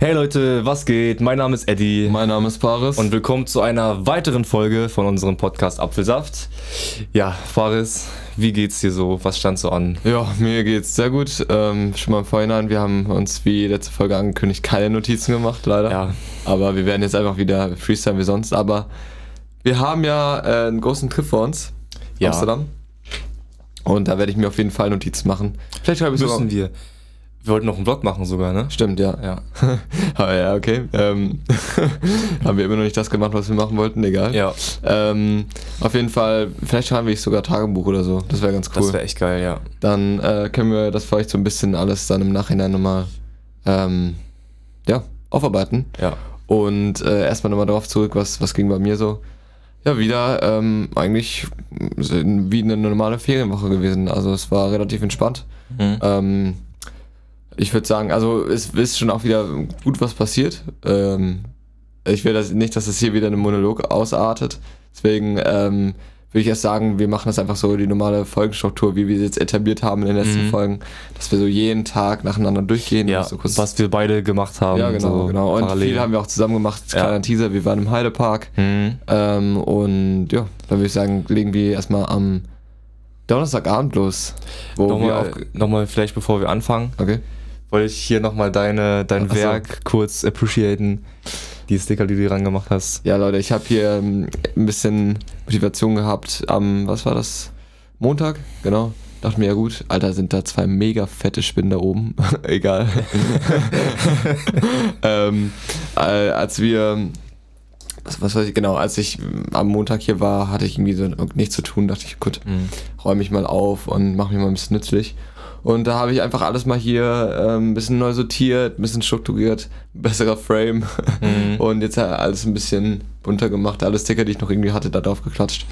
Hey Leute, was geht? Mein Name ist Eddie Mein Name ist Paris. und willkommen zu einer weiteren Folge von unserem Podcast Apfelsaft. Ja, Faris, wie geht's dir so? Was stand so an? ja, mir geht's sehr gut. Ähm, schon mal im Vorhinein, wir haben uns wie letzte Folge angekündigt keine Notizen gemacht, leider. Ja. Aber wir werden jetzt einfach wieder freestyle wie sonst. Aber wir haben ja äh, einen großen Trip vor uns. Ja. Amsterdam. Und da werde ich mir auf jeden Fall Notizen machen. Vielleicht schreibe ich sogar. Müssen wir. Wir wollten noch einen Vlog machen sogar, ne? Stimmt, ja. Ja. Aber ja, okay. Ähm, haben wir immer noch nicht das gemacht, was wir machen wollten, egal. Ja. Ähm, auf jeden Fall, vielleicht schreiben wir sogar Tagebuch oder so. Das wäre ganz cool. Das wäre echt geil, ja. dann äh, können wir das vielleicht so ein bisschen alles dann im Nachhinein nochmal ähm, ja, aufarbeiten. Ja. Und äh, erstmal nochmal darauf zurück, was, was ging bei mir so. Ja, wieder ähm, eigentlich so wie eine normale Ferienwoche gewesen. Also es war relativ entspannt. Mhm. Ähm, ich würde sagen, also es ist schon auch wieder gut was passiert. Ähm, ich will das nicht, dass es hier wieder ein Monolog ausartet. Deswegen ähm, würde ich erst sagen, wir machen das einfach so die normale Folgenstruktur, wie wir sie jetzt etabliert haben in den letzten Mhm. Folgen, dass wir so jeden Tag nacheinander durchgehen. Ja, so kurz was wir beide gemacht haben. ja genau, Ähm, so genau. Und parallel. viel haben wir auch zusammen gemacht. Ja. Kleiner Teaser, wir waren im Heidepark. Mhm. Ähm, und ja, dann würde ich sagen, legen wir erstmal am Donnerstagabend los. Wo wir Nochmal, auch. nochmal vielleicht bevor wir anfangen, Okay. wollte ich hier nochmal deine, dein Ach so. Werk kurz appreciaten. Die Sticker, die du dran gemacht hast. Ja, Leute, ich habe hier ähm, ein bisschen Motivation gehabt am, was war das? Montag, genau. Dachte mir, ja gut, Alter, sind da zwei mega fette Spinnen da oben. Egal. ähm, äh, als wir, was, was weiß ich, genau, als ich ähm, am Montag hier war, hatte ich irgendwie so nichts zu tun. Dachte ich, gut, Mhm. räume mich mal auf und mache mich mal ein bisschen nützlich. Und da habe ich einfach alles mal hier ähm, ein bisschen neu sortiert, ein bisschen strukturiert, besserer Frame Mhm. und jetzt äh, alles ein bisschen bunter gemacht. Alle Sticker, die ich noch irgendwie hatte, da drauf geklatscht.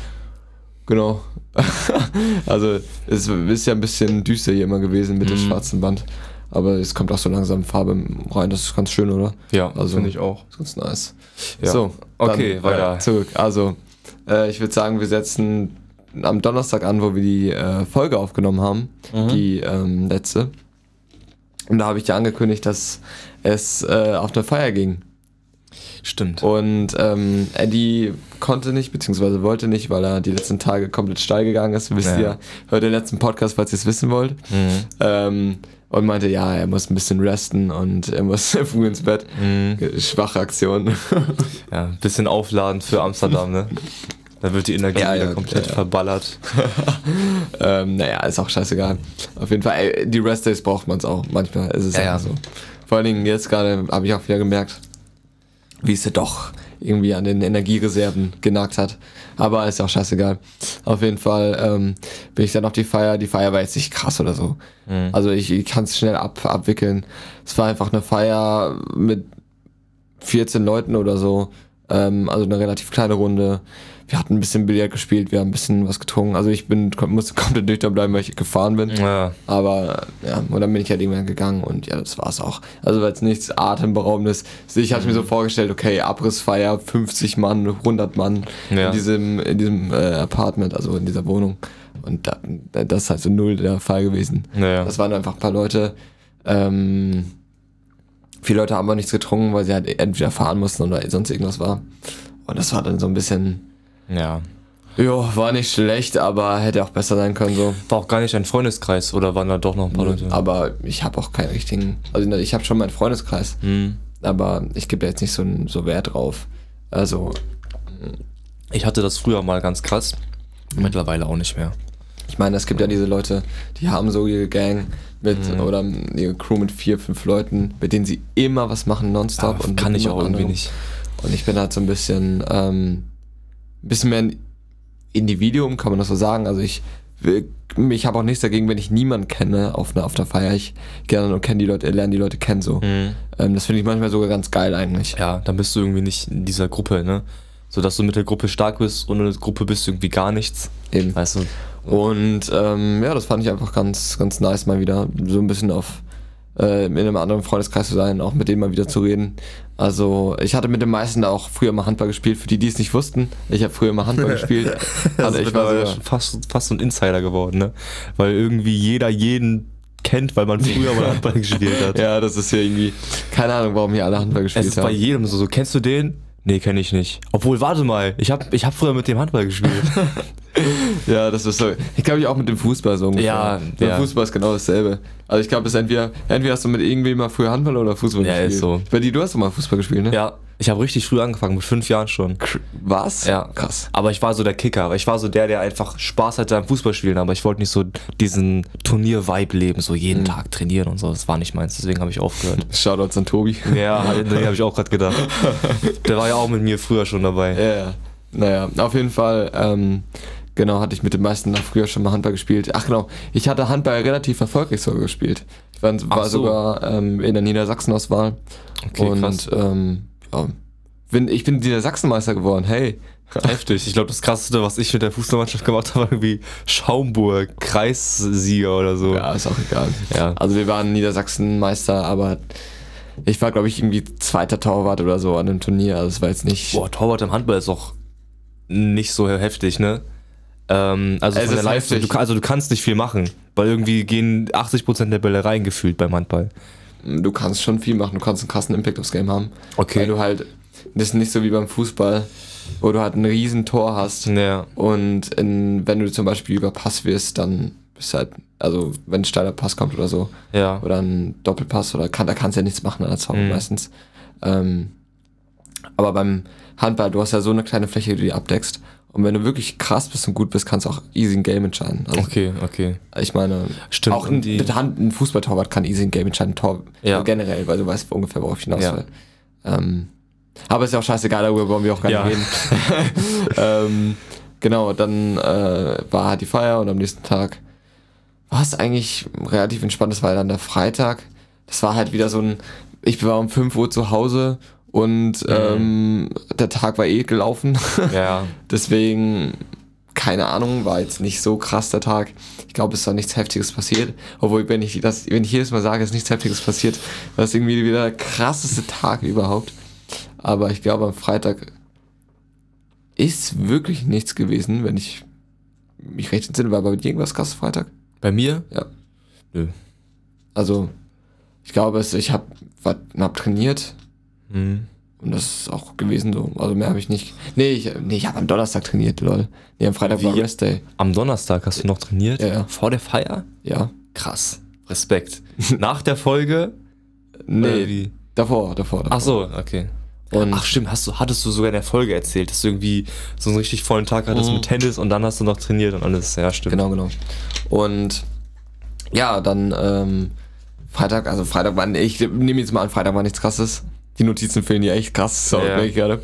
Genau. also es ist ja ein bisschen düster hier immer gewesen mit dem Mhm. schwarzen Band. Aber es kommt auch so langsam Farbe rein. Das ist ganz schön, oder? Ja, Also- finde ich auch. Das ist ganz nice. Ja. So, Okay, weiter. Äh, zurück. Also, äh, ich würde sagen, wir setzen am Donnerstag an, wo wir die äh, Folge aufgenommen haben, Mhm. die ähm, letzte. Und da habe ich ja angekündigt, dass es äh, auf eine Feier ging. Stimmt. Und ähm, Eddie konnte nicht, beziehungsweise wollte nicht, weil er die letzten Tage komplett steil gegangen ist. Wisst Ja. Mhm. ihr, hört den letzten Podcast, falls ihr es wissen wollt. Ähm, und meinte, ja, er muss ein bisschen resten und er muss früh ins Bett. Mhm. Schwache Aktion. Ja, ein bisschen aufladen für Amsterdam, ne? Da wird die Energie Ja, wieder ja, komplett ja, ja. verballert. Ähm, naja, ist auch scheißegal. Auf jeden Fall, ey, die Restdays braucht man es auch. Manchmal ist es Ja, ja. einfach so. Vor allen Dingen jetzt gerade habe ich auch wieder gemerkt, wie es ja doch irgendwie an den Energiereserven genagt hat. Aber ist auch scheißegal. Auf jeden Fall ähm, bin ich dann auf die Feier. Die Feier war jetzt nicht krass oder so. Mhm. Also ich, ich kann es schnell ab, abwickeln. Es war einfach eine Feier mit 14 Leuten oder so. Ähm, also eine relativ kleine Runde. Wir hatten ein bisschen Billard gespielt, wir haben ein bisschen was getrunken. Also ich bin, kom- musste komplett nüchtern bleiben, weil ich gefahren bin. Ja. Aber ja, und dann bin ich halt irgendwann gegangen und ja, das war's auch. Also war jetzt nichts Atemberaubendes. Ich hatte mir Mhm. so vorgestellt, okay, Abrissfeier, 50 Mann, 100 Mann Ja. in diesem, in diesem äh, Apartment, also in dieser Wohnung. Und da, das ist halt so null der Fall gewesen. Naja. Das waren einfach ein paar Leute. Ähm, viele Leute haben auch nichts getrunken, weil sie halt entweder fahren mussten oder sonst irgendwas war. Und das war dann so ein bisschen, ja. jo, war nicht schlecht, aber hätte auch besser sein können so. War auch gar nicht ein Freundeskreis oder waren da doch noch ein paar Leute? Aber ich habe auch keinen richtigen, also na, ich habe schon meinen Freundeskreis, Hm. aber ich gebe da jetzt nicht so, einen- so Wert drauf. Also Ich hatte das früher mal ganz krass. Mittlerweile auch nicht mehr. Ich meine, es gibt ja diese Leute, die haben so ihre Gang mit Mhm. oder ihre Crew mit vier, fünf Leuten, mit denen sie immer was machen, nonstop. Aber und mit kann ich niemand auch irgendwie anderem. nicht. Und ich bin halt so ein bisschen, ähm, ein bisschen mehr ein Individuum, kann man das so sagen. Also ich, will- ich habe auch nichts dagegen, wenn ich niemanden kenne auf einer, auf einer Feier. Ich gerne nur kenne die Leute, lerne die Leute kennen so. Ähm, das finde ich manchmal sogar ganz geil eigentlich. Ja, dann bist du irgendwie nicht in dieser Gruppe, ne? So dass du mit der Gruppe stark bist, ohne die Gruppe bist du irgendwie gar nichts. Eben. Weißt du? Und ähm, ja, das fand ich einfach ganz, ganz nice, mal wieder so ein bisschen auf äh, in einem anderen Freundeskreis zu sein, auch mit denen mal wieder zu reden. Also ich hatte mit den meisten da auch früher mal Handball gespielt, für die, die es nicht wussten. Ich habe früher mal Handball gespielt. Also ich war mittlerweile sogar, schon fast, fast so ein Insider geworden, ne? Weil irgendwie jeder jeden kennt, weil man früher mal Handball gespielt hat. Ja, das ist hier irgendwie. Keine Ahnung, warum hier alle Handball Es gespielt ist bei haben. jedem so, so, kennst du den? Nee, kenne ich nicht. Obwohl, warte mal, ich habe ich hab früher mit dem Handball gespielt. Ja, das ist so. Ich glaube, ich auch mit dem Fußball so ungefähr. Ja, Mit ja. dem Fußball ist genau dasselbe. Also ich glaube, es ist entweder, entweder hast du mit irgendwie mal früher Handball oder Fußball Ja, gespielt. ist so. Bei dir, du hast doch mal Fußball gespielt, ne? ja, ich habe richtig früh angefangen, mit fünf Jahren schon. Kr- Was? Ja. Krass. Aber ich war so der Kicker, weil ich war so der, der einfach Spaß hatte am Fußballspielen, aber ich wollte nicht so diesen Turnier-Vibe leben, so jeden Tag trainieren und so. Das war nicht meins, deswegen habe ich aufgehört. Shoutouts an Tobi. ja, an den habe ich auch gerade gedacht. Der war ja auch mit mir früher schon dabei. Ja, ja. Naja, auf jeden Fall, ähm, genau, hatte ich mit den meisten nach früher schon mal Handball gespielt. Ach genau, ich hatte Handball relativ erfolgreich sogar gespielt. Ich war, war so. sogar ähm, in der Niedersachsen-Auswahl. Okay, und krass. Ähm, ja, bin, ich bin Niedersachsenmeister geworden, hey. Heftig. Ich glaube, das krasseste, was ich mit der Fußballmannschaft gemacht habe, war irgendwie Schaumburg, Kreissieger oder so. Ja, ist auch egal. Ja. Also wir waren Niedersachsenmeister, aber ich war, glaube ich, irgendwie zweiter Torwart oder so an dem Turnier. Also es war jetzt nicht. Boah, Torwart im Handball ist auch nicht so heftig, ne? Ähm, also, Es von der ist Leistung, du, heftig. ka- also du kannst nicht viel machen, weil irgendwie gehen 80% der Bälle reingefühlt beim Handball. du kannst schon viel machen, du kannst einen krassen Impact aufs Game haben. Okay. Weil du halt, das ist nicht so wie beim Fußball, wo du halt ein riesen Tor hast Ja. und in, wenn du zum Beispiel über Pass wirst, dann bist du halt, also wenn ein steiler Pass kommt oder so, Ja. oder ein Doppelpass oder kann, da kannst du ja nichts machen an der Zauber Mhm. meistens. Ähm, aber beim Handball, du hast ja so eine kleine Fläche, die du abdeckst. Und wenn du wirklich krass bist und gut bist, kannst du auch easy ein Game entscheiden. Also, Okay, okay. ich meine, Stimmt, auch ein, und die- mit Hand, ein Fußballtorwart kann easy ein Game entscheiden, Tor Ja. also generell, weil du weißt ungefähr, worauf ich hinaus Ja. will. Ähm, aber ist ja auch scheißegal, darüber wollen wir auch gar Ja. nicht reden. ähm, genau, dann äh, war halt die Feier und am nächsten Tag war es eigentlich relativ entspannt. Das war dann der Freitag. Das war halt wieder so ein, ich war um 5 Uhr zu Hause und ähm, der Tag war eh gelaufen. Ja. Deswegen, keine Ahnung, war jetzt nicht so krass der Tag. Ich glaube, es war nichts Heftiges passiert. Obwohl, wenn ich, das, wenn ich jedes Mal sage, es ist nichts Heftiges passiert, war es irgendwie wieder der krasseste Tag überhaupt. Aber ich glaube, am Freitag ist wirklich nichts gewesen, wenn ich mich recht entsinne. War bei dir irgendwas krasses Freitag? Bei mir? Ja. Nö. Also, ich glaube, es, ich habe hab trainiert. Mhm. Und das ist auch gewesen so. Also mehr habe ich nicht. Nee, ich, nee, ich habe am Donnerstag trainiert, lol. Nee, am Freitag war Wie? Rest Day. Am Donnerstag hast du noch trainiert? Ja, ja. Vor der Feier? Ja. Krass. Respekt. Nach der Folge? Nee, Oder Ne, wie? davor, davor. davor. Ach so, okay. Und Ach stimmt, hast du, hattest du sogar in der Folge erzählt, dass du irgendwie so einen richtig vollen Tag hattest mit Tennis und dann hast du noch trainiert und alles. Ja, stimmt. genau, genau. Und ja, dann ähm, Freitag, also Freitag war, ich nehme jetzt mal an, Freitag war nichts krasses. Die Notizen fehlen hier echt krass, sorry, Ja. merk ich gerade.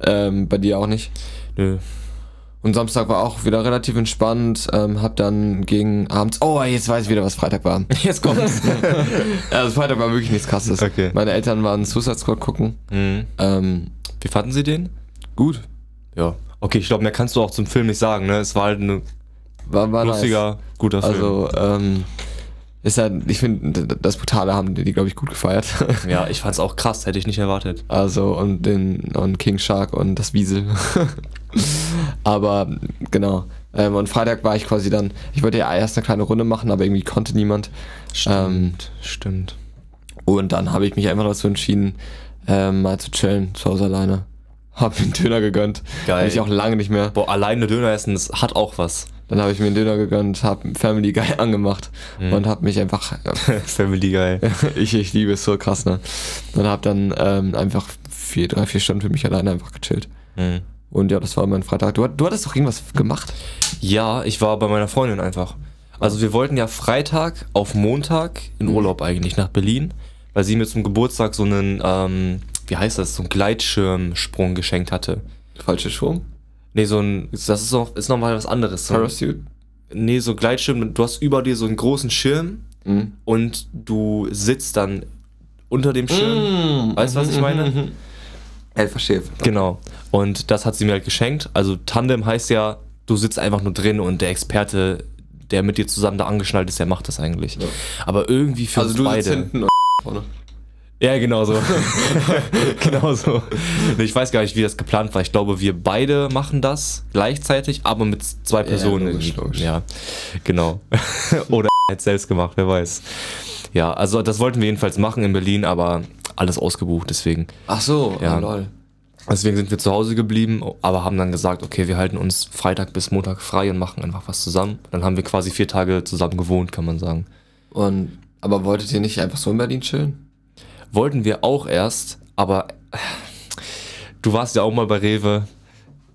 Ähm, bei dir auch nicht. Nö. Und Samstag war auch wieder relativ entspannt. Ähm, hab dann gegen abends. Oh, jetzt weiß ich wieder, was Freitag war. Jetzt kommt's. Also Freitag war wirklich nichts krasses. Okay. Meine Eltern waren Suicide Squad gucken. mhm. Ähm, Wie fanden sie den? gut. Ja. Okay, ich glaube, mehr kannst du auch zum Film nicht sagen, ne? Es war halt ein War, war lustiger, guter Nice. Film. Also, ähm, ist halt, ich finde, d- das Brutale haben die, glaube ich, gut gefeiert. ja, ich fand's auch krass, hätte ich nicht erwartet. Also, und den, und King Shark und das Wiesel. aber, genau. Ähm, und Freitag war ich quasi dann, ich wollte ja erst eine kleine Runde machen, aber irgendwie konnte niemand. Ähm, Stimmt. und dann habe ich mich einfach dazu entschieden, ähm, mal zu chillen, zu Hause alleine. Hab mir einen Döner gegönnt. Geil. Hab ich auch lange nicht mehr. Boah, alleine Döner essen, das hat auch was. Dann habe ich mir einen Döner gegönnt, hab Family Guy angemacht Mhm. und hab mich einfach Family geil. ich, ich liebe es so krass, ne? Und hab dann ähm, einfach vier, drei, vier Stunden für mich alleine einfach gechillt. Mhm. Und ja, das war mein Freitag. Du, hat- du hattest doch irgendwas gemacht. Ja, ich war bei meiner Freundin einfach. Also wir wollten ja Freitag auf Montag in Urlaub eigentlich nach Berlin, weil sie mir zum Geburtstag so einen, ähm, wie heißt das, so einen Gleitschirmsprung geschenkt hatte. Falsche Schwung? Nee, so ein, das ist noch, ist noch mal was anderes. So, Parachute? nee, so Gleitschirm, du hast über dir so einen großen Schirm Mhm. und du sitzt dann unter dem Mm. Schirm. Mhm. Weißt du, was ich meine? Ey, verstehe. Genau. Und das hat sie mir halt geschenkt. Also Tandem heißt ja, du sitzt einfach nur drin und der Experte, der mit dir zusammen da angeschnallt ist, der macht das eigentlich. Aber irgendwie für Also uns du beide. sitzt hinten und vorne. Ja, genau so. genau so. Nee, Ich weiß gar nicht, wie das geplant war. Ich glaube, wir beide machen das gleichzeitig, aber mit zwei Personen. logisch, logisch. Ja, genau. Oder jetzt selbst gemacht, wer weiß. Ja, also das wollten wir jedenfalls machen in Berlin, aber alles ausgebucht, deswegen. Ach so, Ja. ja. lol. Deswegen sind wir zu Hause geblieben, aber haben dann gesagt, okay, wir halten uns Freitag bis Montag frei und machen einfach was zusammen. Dann haben wir quasi vier Tage zusammen gewohnt, kann man sagen. Und, aber wolltet ihr nicht einfach so in Berlin chillen? Wollten wir auch erst, aber äh, du warst ja auch mal bei Rewe.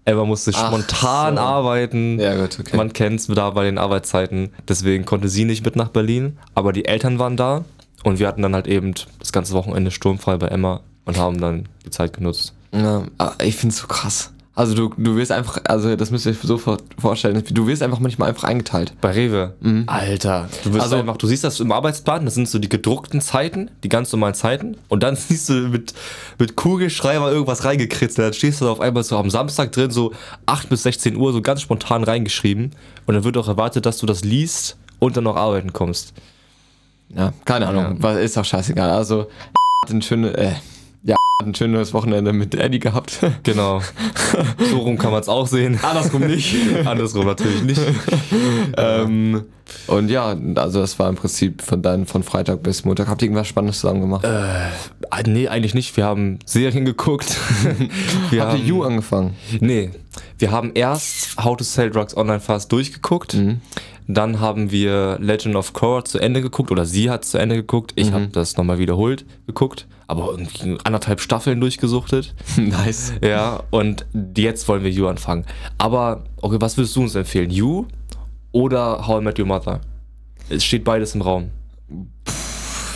Emma musste Ach spontan so. arbeiten. Ja, gut, okay. Man kennt's da bei den Arbeitszeiten. Deswegen konnte sie nicht mit nach Berlin, aber die Eltern waren da und wir hatten dann halt eben das ganze Wochenende sturmfrei bei Emma und haben dann die Zeit genutzt. Ja, aber ich find's so krass. Also du, du wirst einfach, also das müsst ihr euch so vor- vorstellen, du wirst einfach manchmal einfach eingeteilt. Bei Rewe. Alter. Du bist Also- einfach, du siehst das im Arbeitsplan, das sind so die gedruckten Zeiten, die ganz normalen Zeiten. Und dann siehst du mit, mit Kugelschreiber irgendwas reingekritzelt. Dann stehst du da auf einmal so am Samstag drin, so 8 bis 16 Uhr, so ganz spontan reingeschrieben. Und dann wird auch erwartet, dass du das liest und dann noch arbeiten kommst. Ja, keine Ahnung, Ja. was ist doch scheißegal. Also hat ein schöne, äh, ja, hat ein schönes Wochenende mit Eddie gehabt. Genau. so rum kann man es auch sehen. Andersrum nicht. Andersrum natürlich nicht. ähm, und ja, also das war im Prinzip von dann von Freitag bis Montag. Habt ihr irgendwas Spannendes zusammen gemacht? Ah, nee, eigentlich nicht. Wir haben Serien geguckt. Wir Habt ihr You angefangen? Nee, wir haben erst How to Sell Drugs Online Fast durchgeguckt. Mhm. Dann haben wir Legend of Korra zu Ende geguckt oder sie hat zu Ende geguckt. Ich Mhm. habe das nochmal wiederholt geguckt, aber irgendwie anderthalb Staffeln durchgesuchtet. nice. Ja, und jetzt wollen wir You anfangen. Aber, okay, was würdest du uns empfehlen? You oder How I Met Your Mother? Es steht beides im Raum.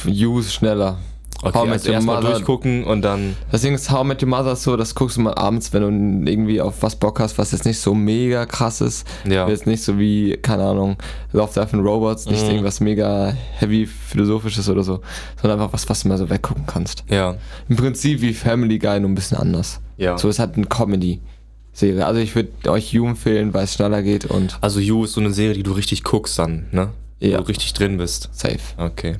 You ist schneller. Okay, How I Met also Your erstmal Mother. durchgucken und dann. Das Ding ist, How I Met Your Mother ist so, das guckst du mal abends, wenn du irgendwie auf was Bock hast, was jetzt nicht so mega krass ist. Ja. Jetzt nicht so wie, keine Ahnung, Love, Death and Robots, nicht Mhm. irgendwas mega heavy philosophisches oder so, sondern einfach was, was du mal so weggucken kannst. Ja. Im Prinzip wie Family Guy, nur ein bisschen anders. Ja. So, es hat eine Comedy-Serie. Also ich würde euch You empfehlen, weil es schneller geht und Also You ist so eine Serie, die du richtig guckst dann, ne? Wo Ja. du richtig drin bist. safe. Okay.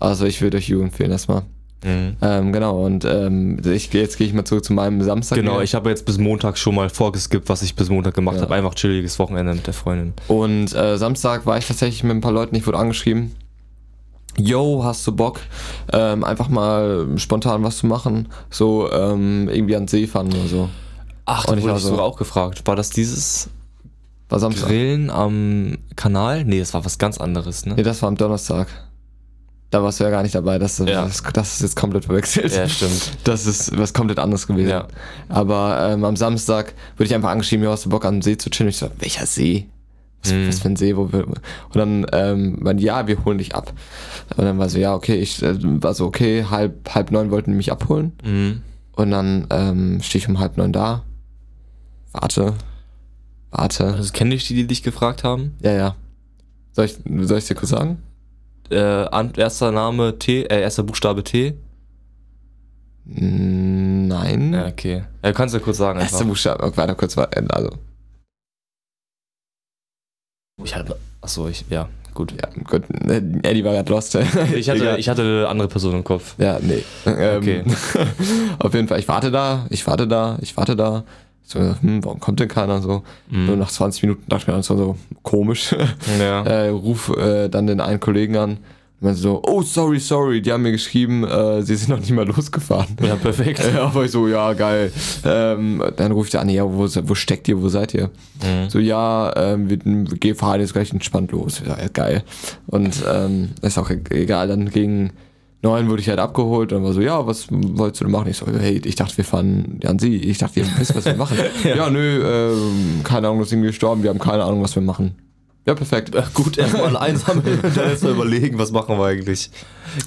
Also ich würde euch You empfehlen erstmal. Mhm. Ähm, genau, und ähm, ich, jetzt gehe ich mal zurück zu meinem Samstag. Genau, hier. ich habe jetzt bis Montag schon mal vorgeskippt, was ich bis Montag gemacht habe. Einfach chilliges Wochenende mit der Freundin. Und äh, Samstag war ich tatsächlich mit ein paar Leuten, ich wurde angeschrieben. Yo, hast du Bock, ähm, einfach mal spontan was zu machen? So ähm, irgendwie an den See fahren oder so. Ach, Und dann ich wurde war ich so- sogar auch gefragt. War das dieses War Samstag. Grillen am Kanal? Nee, das war was ganz anderes, ne? Nee, das war am Donnerstag. Da warst du ja gar nicht dabei. Das, Ja. das, das ist jetzt komplett verwechselt. Ja, stimmt. Das ist was komplett anderes gewesen. Ja. Aber ähm, am Samstag wurde ich einfach angeschrieben, ja, hast du Bock am See zu chillen? Ich so, welcher See? Was, Hm. was für ein See? Wo wir, und dann ähm, meinte, ja, wir holen dich ab. Und dann war so, ja, okay, ich äh, war so, okay, halb, halb neun wollten die mich abholen. Mhm. Und dann ähm, stehe ich um halb neun da. Warte. Warte. Also kenne ich die, die dich gefragt haben. Ja, ja. Soll ich, soll ich dir kurz sagen? Äh, an- erster Name T, äh, erster Buchstabe T. Mhm. Mm, Nein. Ja, okay. Ja, kannst du kurz sagen Erster einfach. Buchstabe. Okay, warte kurz, warte, also. Ich hatte, achso, ich, ja, gut. Ja, gut. ne, Eddie war gerade lost. Ich hatte, Egal. ich hatte eine andere Person im Kopf. Ja, nee. Ähm, Okay. auf jeden Fall, ich warte da, ich warte da, ich warte da. So, hm, warum kommt denn keiner so? Mhm. Nur nach 20 Minuten dachte ich mir dann so, komisch. Ja. äh, ruf äh, dann den einen Kollegen an. Und meinte so, oh, sorry, sorry, die haben mir geschrieben, äh, sie sind noch nicht mal losgefahren. Ja, perfekt. Äh, aber ich so, ja, geil. Ähm, dann ruft er an, ja, wo, se- wo steckt ihr, wo seid ihr? Mhm. So, ja, ähm, wir, wir fahren jetzt gleich entspannt los. Ja, ja, geil. Und ähm, ist auch e- egal, dann gegen neun wurde ich halt abgeholt und war so, ja, was wolltest du denn machen? Ich so, hey, ich dachte, wir fahren an sie. Ich dachte, ihr wisst, was wir machen. ja. nö, ähm, keine Ahnung, wir sind gestorben, wir haben keine Ahnung, was wir machen. Ja, perfekt. Gut, erstmal einsammeln und dann erstmal überlegen, was machen wir eigentlich.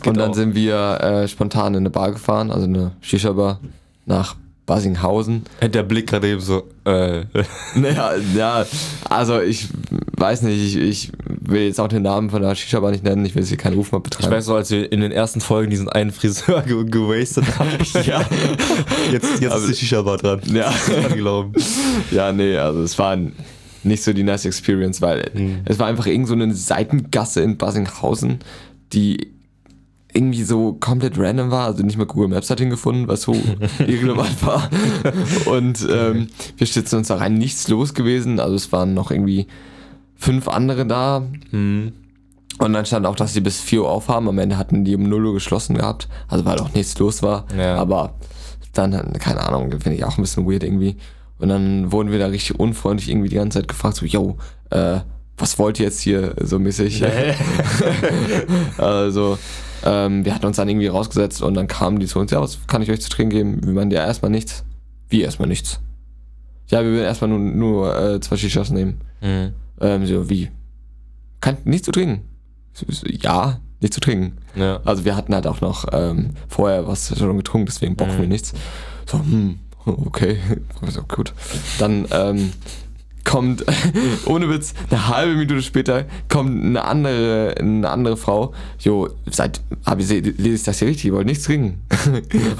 Und Genau. dann sind wir äh, spontan in eine Bar gefahren, also eine Shisha-Bar nach Basinghausen. Der Blick gerade eben so, äh. Naja, ja, also ich weiß nicht, ich, ich will jetzt auch den Namen von der Shisha-Bar nicht nennen, ich will jetzt hier keinen Rufmord Ich betreiben. weiß noch, als wir in den ersten Folgen diesen einen Friseur ge gewastet haben. ja. Jetzt, jetzt Aber- ist die Shisha-Bar dran. Ja. glauben. ja, nee, also es war n- nicht so die nice Experience, weil es war einfach irgend so eine Seitengasse in Basinghausen, die irgendwie so komplett random war, also nicht mal Google Maps hat ihn gefunden, was so irrelevant war. Und ähm, wir stützen uns da rein, Hm. nichts los gewesen, also es waren noch irgendwie fünf andere da, Und dann stand auch, dass sie bis 4 Uhr aufhaben. Am Ende hatten die um 0 Uhr geschlossen gehabt. Also weil auch nichts los war. Ja. Aber dann, keine Ahnung, finde ich auch ein bisschen weird irgendwie. Und dann wurden wir da richtig unfreundlich irgendwie die ganze Zeit gefragt, so, yo, äh, was wollt ihr jetzt hier so mäßig? also, ähm, wir hatten uns dann irgendwie rausgesetzt und dann kamen die zu uns, ja, was kann ich euch zu trinken geben? Wir meinen, ja, erstmal nichts. Wie erstmal nichts? Ja, wir würden erstmal nur, nur äh, zwei Shishas nehmen. Mhm. Ähm, so, wie? Kann nichts zu trinken? So, so, Ja, nichts zu trinken. Ja. Also wir hatten halt auch noch ähm, vorher was schon getrunken, deswegen bocken Mhm. wir nichts. So, hm, okay, so gut. Dann ähm, kommt, ohne Witz, eine halbe Minute später kommt eine andere, eine andere Frau. Jo, seit, hab ich, se- lese ich das hier richtig, ihr wollt nichts trinken.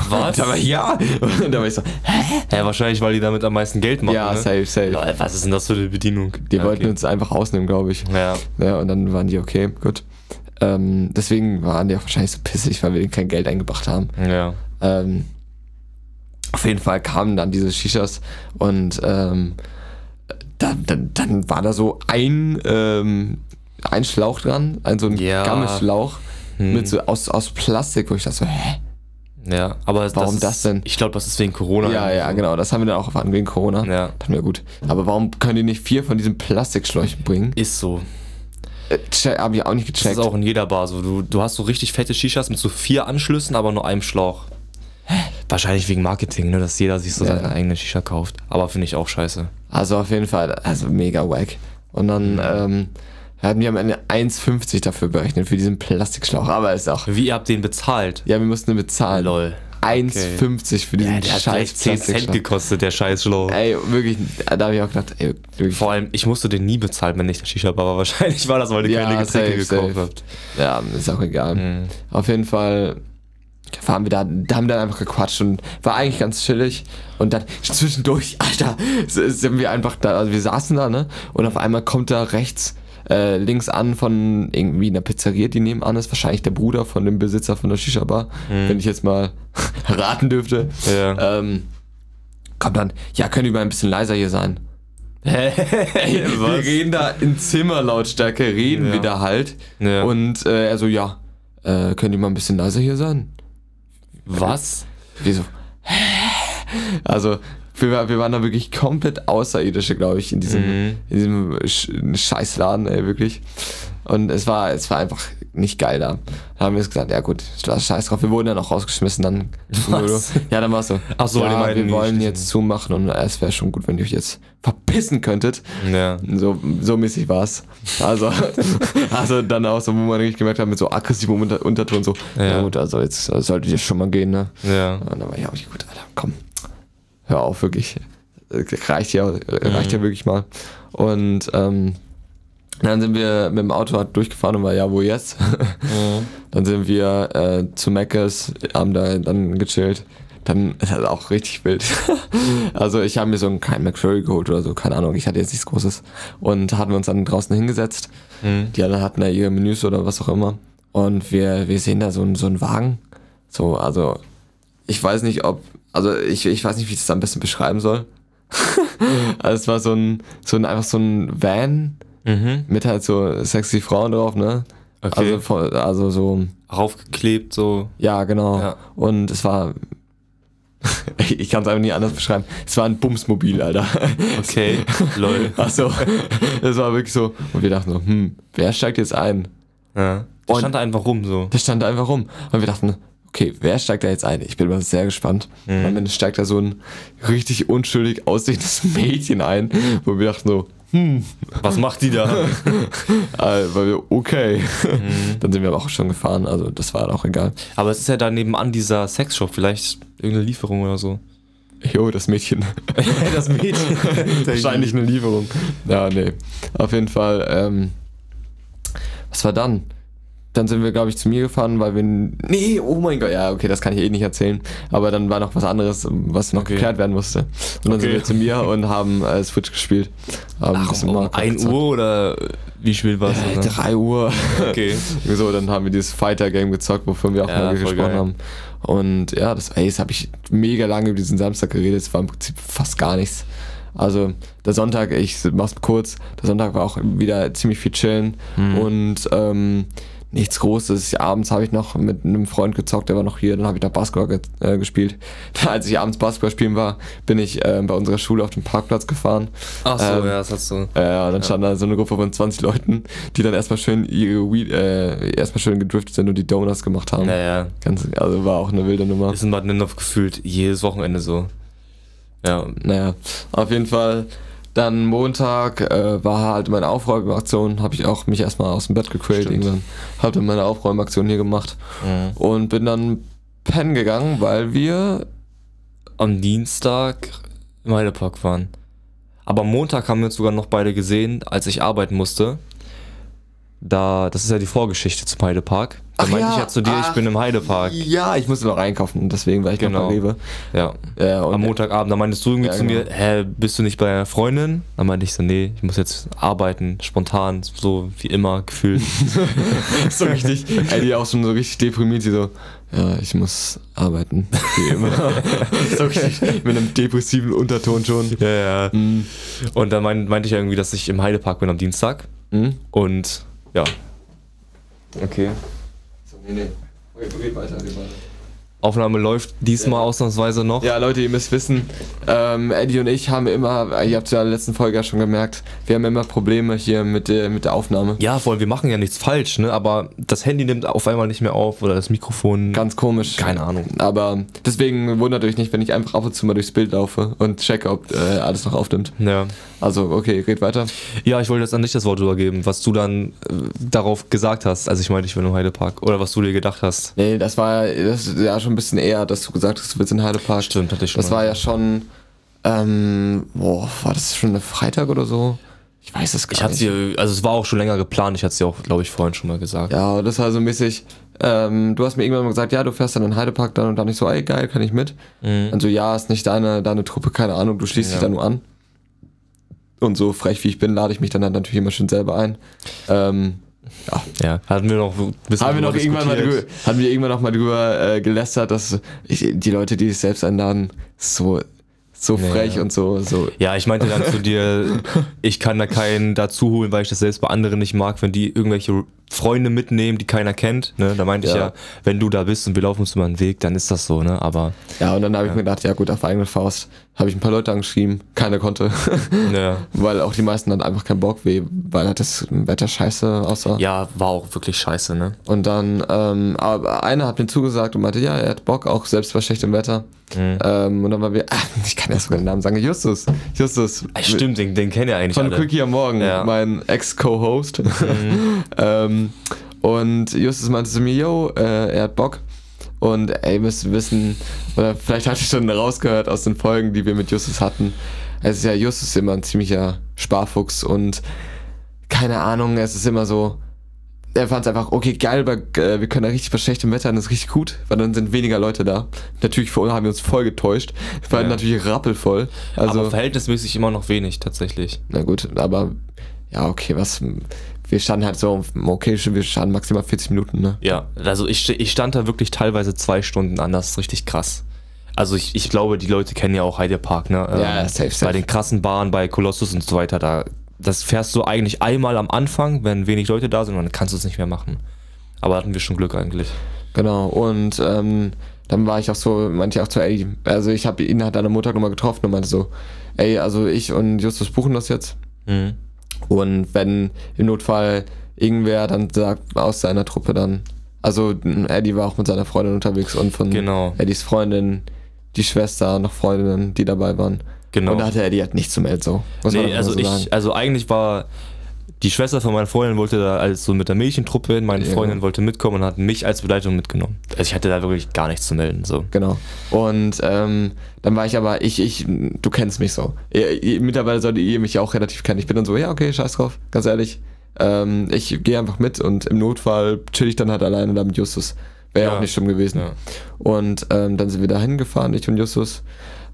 Was? Da war ich, ja. Und da war ich so, hä? ja, wahrscheinlich, weil die damit am meisten Geld machen. Ja, ne? safe, safe. Lol, Was ist denn das für eine Bedienung? Die Ja, wollten okay. uns einfach ausnehmen, glaube ich. Ja. Ja, und dann waren die okay, gut. Ähm, deswegen waren die auch wahrscheinlich so pissig, weil wir ihnen kein Geld eingebracht haben. Ja. Ähm, auf jeden Fall kamen dann diese Shishas und ähm, dann, dann, dann war da so ein, ähm, ein Schlauch dran, ein so ein Ja. Gammelschlauch Hm. mit so aus, aus Plastik, wo ich dachte so, hä? Ja, aber Warum ist, das denn? Ich glaube, das ist wegen Corona. Ja, ja, genau, das haben wir dann auch erfahren wegen Corona. Ja. Dachten wir, gut, aber warum können die nicht vier von diesen Plastikschläuchen bringen? Ist so. Äh, che- hab ich auch nicht Das gecheckt. ist auch in jeder Bar so. Du, du hast so richtig fette Shishas mit so vier Anschlüssen, aber nur einem Schlauch. Wahrscheinlich wegen Marketing, ne, dass jeder sich so Ja. seine eigene Shisha kauft. Aber finde ich auch scheiße. Also auf jeden Fall, also mega wack. Und Mhm. dann ähm, hatten wir am Ende 1,50 dafür berechnet, für diesen Plastikschlauch. Aber ist auch. Wie ihr habt den bezahlt? Ja, wir mussten ihn bezahlen. Lol. 1,50 für diesen Ja, der hat scheiß vielleicht 10 Cent Plastikschlauch. gekostet, Äh, der scheiß Schlauch. Ey, wirklich, da habe ich auch gedacht, ey, wirklich. Vor allem, ich musste den nie bezahlen, wenn ich der Shisha Bar war. Wahrscheinlich war das, weil ihr Ja, keine Getränke safe, gekauft safe. habt. Ja, ist auch egal. Auf jeden Fall waren wir da, da haben wir dann einfach gequatscht und war eigentlich ganz chillig. Und dann zwischendurch, Alter, s- sind wir einfach da, also wir saßen da, ne? Und auf einmal kommt da rechts, äh, links an von irgendwie einer Pizzeria, die nebenan ist, wahrscheinlich der Bruder von dem Besitzer von der Shisha-Bar, wenn ich jetzt mal raten dürfte. Ja. Ähm, kommt dann, ja, könnt ihr mal ein bisschen leiser hier sein. Hey, Wir reden da in Zimmerlautstärke, reden Ja. wir da halt. Ja. Und äh, er so, ja, äh, könnt ihr mal ein bisschen leiser hier sein? Was? Wir so, also wir, war- wir waren da wirklich komplett außerirdische, glaube ich, in diesem, Mhm. in diesem Sch- Scheißladen, ey, wirklich. Und es war, es war einfach nicht geil da. Dann haben wir uns gesagt, ja gut, scheiß drauf. Wir wurden dann auch rausgeschmissen dann. Was? Ja, dann war es so. Ach so, die ja, meinten wir die wollen Schlüssel. jetzt zumachen und äh, es wäre schon gut, wenn ihr euch jetzt verpissen könntet. Ja. So, so mäßig war's Also, also dann auch so, wo man richtig gemerkt hat, mit so aggressivem Unter Unterton, so, ja. Ja. gut, also jetzt solltet ihr schon mal gehen, ne? Ja. Und dann war ich auch gut, Alter, komm, hör auf, wirklich. Äh, Reicht ja, äh, reicht ja wirklich mal. Und ähm, dann sind wir mit dem Auto halt durchgefahren und war, ja, wo jetzt? Dann sind wir äh, zu Meckes, haben da dann gechillt. Dann das ist auch richtig wild. also ich habe mir so einen kleinen McFlurry geholt oder so, keine Ahnung, ich hatte jetzt nichts Großes. Und hatten wir uns dann draußen hingesetzt. Die anderen hatten da ihre Menüs oder was auch immer. Und wir, wir sehen da so, einen- so einen Wagen. So, also ich weiß nicht, ob, also ich, ich weiß nicht, wie ich das am besten beschreiben soll. also es war so ein, so ein, einfach so ein Van Mhm. mit halt so sexy Frauen drauf, ne? Okay. Also, voll- also so, Raufgeklebt, so. ja, genau. Ja. Und es war. Ich kann es einfach nicht anders beschreiben. Es war ein Bumsmobil, Alter. Okay. Lol. Also, es war wirklich so. Und wir dachten so, hm, wer steigt jetzt ein? Ja. Der Und- stand da einfach rum, so. Der stand da einfach rum. Und wir dachten, okay, wer steigt da jetzt ein? Ich bin mal sehr gespannt. Und am Ende steigt da so ein richtig unschuldig aussehendes Mädchen ein, wo wir dachten so, Was macht die da? äh, weil wir, okay. Dann sind wir aber auch schon gefahren, also das war auch egal. Aber es ist ja da nebenan dieser Sexshop, vielleicht irgendeine Lieferung oder so. Jo, das Mädchen. das Mädchen. Wahrscheinlich eine Lieferung. Ja, nee. Auf jeden Fall, ähm, was war dann? Dann sind wir, glaube ich, zu mir gefahren, weil wir. Nee, oh mein Gott, ja, okay, das kann ich eh nicht erzählen. Aber dann war noch was anderes, was noch Okay. geklärt werden musste. Und dann sind Okay. wir zu mir und haben äh, Switch gespielt. Ähm, Haben ein Ach, bisschen um Mario Kart 1 gezockt. Uhr oder wie spät war Äh, es? 3 Uhr. Okay. so, dann haben wir dieses Fighter-Game gezockt, wovon wir auch Ja, mal voll gesprochen geil. haben. Und ja, das, ey, das habe ich mega lange über diesen Samstag geredet. Es war im Prinzip fast gar nichts. Also der Sonntag, ich mach's kurz, der Sonntag war auch wieder ziemlich viel chillen Mhm. und ähm, nichts Großes. Abends habe ich noch mit einem Freund gezockt, der war noch hier, dann habe ich noch Basketball ge äh, gespielt. Als ich abends Basketball spielen war, bin ich äh, bei unserer Schule auf den Parkplatz gefahren. Ach so, Ähm, ja, das hast du. Äh, ja, dann stand da so eine Gruppe von 20 Leuten, die dann erstmal schön ihre Weed, äh, erstmal schön gedriftet sind und die Donuts gemacht haben. Naja, Ganz, also war auch eine wilde Nummer. ist in Bad Nennendorf halt gefühlt jedes Wochenende so. Ja, Naja, auf jeden Fall. Dann Montag äh, war halt meine Aufräumaktion, habe ich auch mich erstmal aus dem Bett gequält Stimmt. irgendwann. Habe dann meine Aufräumaktion hier gemacht und bin dann pennen gegangen, weil wir am Dienstag im Heidepark waren. Aber am Montag haben wir uns sogar noch beide gesehen, als ich arbeiten musste. Da, das ist ja die Vorgeschichte zum Heidepark. Da Ach meinte ja, ich ja zu dir, ich ach, bin im Heidepark. ja, ich musste noch einkaufen, deswegen war ich noch Genau. bei Rewe. Ja. Äh, und Am Montagabend, da meintest du irgendwie Ja, zu mir, genau. hä, bist du nicht bei deiner Freundin? Dann meinte ich so, nee, ich muss jetzt arbeiten, spontan, so wie immer, gefühlt. so richtig, ey, die auch schon so richtig deprimiert, die so, ja, ich muss arbeiten, wie immer. so richtig, mit einem depressiven Unterton schon. ja, ja. Mhm. Und dann mein, meinte ich ja irgendwie, dass ich im Heidepark bin am Dienstag. Hm? Und ja, Okay. So, nee, nee. Okay, red weiter, red weiter. Aufnahme läuft diesmal ausnahmsweise noch. Ja, Leute, ihr müsst wissen, ähm, Eddie und ich haben immer, äh, ihr habt es ja in der letzten Folge ja schon gemerkt, wir haben immer Probleme hier mit der, mit der Aufnahme. Ja, vor allem, wir machen ja nichts falsch, ne? Aber das Handy nimmt auf einmal nicht mehr auf oder das Mikrofon. Ganz komisch. Keine Ahnung. Aber deswegen wundert euch nicht, wenn ich einfach ab und zu mal durchs Bild laufe und checke, ob äh, alles noch aufnimmt. Ja. Also, okay, red weiter. ja, ich wollte jetzt an dich das Wort übergeben, was du dann äh, darauf gesagt hast, als ich meinte, ich bin im Heidepark. Oder was du dir gedacht hast. Nee, das war das ist ja schon ein bisschen eher, dass du gesagt hast, du willst in Heidepark. Stimmt, hatte ich schon Das mal. war ja schon, ähm, boah, war das schon ein Freitag oder so? Ich weiß es gar Ich nicht. hatte dir, also es war auch schon länger geplant, ich hatte es dir auch, glaube ich, vorhin schon mal gesagt. Ja, und das war so mäßig. Ähm, du hast mir irgendwann mal gesagt, ja, du fährst dann in den Heidepark dann und dann ich so, ey, geil, kann ich mit. Und so, ja, ist nicht deine, deine Truppe, keine Ahnung, du schließt dich Mhm. Ja. da nur an. Und so frech wie ich bin, lade ich mich dann halt natürlich immer schön selber ein. Ähm, Ja, hatten wir noch ein bisschen haben wir noch drüber irgendwann mal drüber, diskutiert. haben wir irgendwann noch mal drüber äh, gelästert, dass ich, die Leute, die sich selbst einladen, so, so frech ja. und so, so. Ja, ich meinte dann zu dir, ich kann da keinen dazu holen, weil ich das selbst bei anderen nicht mag, wenn die irgendwelche Freunde mitnehmen, die keiner kennt. Ne? Da meinte ich Ja. ja, wenn du da bist und wir laufen uns über den Weg, dann ist das so, ne? Aber Ja, und dann habe ich mir gedacht, ja gut, auf eigene Faust habe ich ein paar Leute angeschrieben, keiner konnte. ja. Weil auch die meisten hatten einfach keinen Bock, weh, weil halt das Wetter scheiße aussah. ja, war auch wirklich scheiße, ne? Und dann, ähm, aber einer hat mir zugesagt und meinte, ja, er hat Bock, auch selbst bei schlechtem Wetter. Mhm. Ähm, und dann waren wir, ah, ich kann erst mal den Namen sagen, Justus. Justus. Ah, Stimmt, den, den kennt ihr eigentlich Von alle. Quickie am Morgen, Ja. Mhm. mein Ex-Co-Host. ähm, und Justus meinte zu mir, yo, äh, er hat Bock. Und ey, ihr müsst wissen, oder vielleicht habt ihr schon rausgehört aus den Folgen, die wir mit Justus hatten. Es ist ja Justus immer ein ziemlicher Sparfuchs und keine Ahnung, es ist immer so. Er fand es einfach, okay, geil, aber, äh, wir können da richtig bei schlechtem Wetter, und das ist richtig gut, weil dann sind weniger Leute da. Natürlich vor, haben wir uns voll getäuscht, weil Ja. natürlich rappelvoll. Also, aber verhältnismäßig immer noch wenig, tatsächlich. na gut, aber ja, okay, was. Wir standen halt so, okay, schon, wir standen maximal 40 Minuten, ne? Ja, also ich, ste- ich stand da wirklich teilweise zwei Stunden an, das ist richtig krass. Also ich, ich glaube, die Leute kennen ja auch Heidepark, ne? Ja, safe, safe. Bei den krassen Bahnen, bei Kolossus und so weiter, da das fährst du eigentlich einmal am Anfang, wenn wenig Leute da sind, dann kannst du es nicht mehr machen. Aber hatten wir schon Glück eigentlich. Genau, und ähm, dann war ich auch so, meinte ich auch zu Eddie, also ich habe ihn halt an der Montag nochmal getroffen und meinte so, ey, also ich und Justus buchen das jetzt. Mhm. Und wenn im Notfall irgendwer dann sagt, aus seiner Truppe dann, also m, Eddie war auch mit seiner Freundin unterwegs und von Genau. Eddies Freundin, die Schwester, noch Freundinnen, die dabei waren. Genau. Und da hatte Eddie halt nichts zum Elso. muss man Nee, einfach also so ich, sagen. also eigentlich war die Schwester von meiner Freundin wollte da als so mit der Mädchentruppe hin, meine Ja. Freundin wollte mitkommen und hat mich als Begleitung mitgenommen. Also ich hatte da wirklich gar nichts zu melden, so. Genau. Und ähm, dann war ich aber, ich, ich, du kennst mich so. Ihr, ihr, mittlerweile solltet ihr mich auch relativ kennen. Ich bin dann so, ja, okay, scheiß drauf, ganz ehrlich. Ähm, ich gehe einfach mit und im Notfall chill ich dann halt alleine da mit Justus. Wäre ja. Ja. auch nicht schlimm gewesen. Ja. Und ähm, dann sind wir da hingefahren, ich und Justus.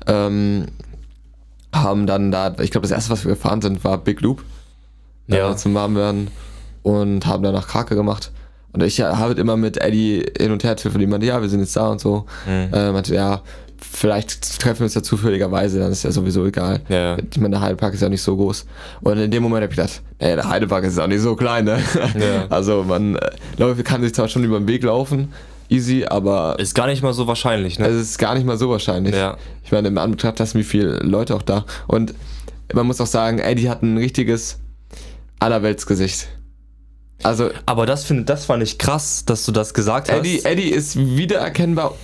Ähm, haben dann da, ich glaube, das erste, was wir gefahren sind, war Big Loop ja. Ja. äh, zum Warmwerden und haben danach Krake gemacht. Mhm. Und ich habe halt immer mit Eddie hin und her telefoniert, meinte, ja, wir sind jetzt da und so. Äh, meinte, ja, vielleicht treffen wir uns ja zufälligerweise, dann ist ja sowieso egal. Ja, ja. Ich meine, der Heidepark ist ja nicht so groß. Und in dem Moment habe ich gedacht, naja, der Heidepark ist auch nicht so klein, ne? Ja. Also man äh, Leute kann sich zwar schon über den Weg laufen, easy, aber Ist gar nicht mal so wahrscheinlich, ne? Also es ist gar nicht mal so wahrscheinlich. Ja. Ich meine, im Anbetracht dessen, wie viele Leute auch da. Und man muss auch sagen, ey, die hatten ein richtiges Allerweltsgesicht. Also Aber das, find, das fand ich krass, dass du das gesagt hast. Eddie, Eddie ist wiedererkennbar,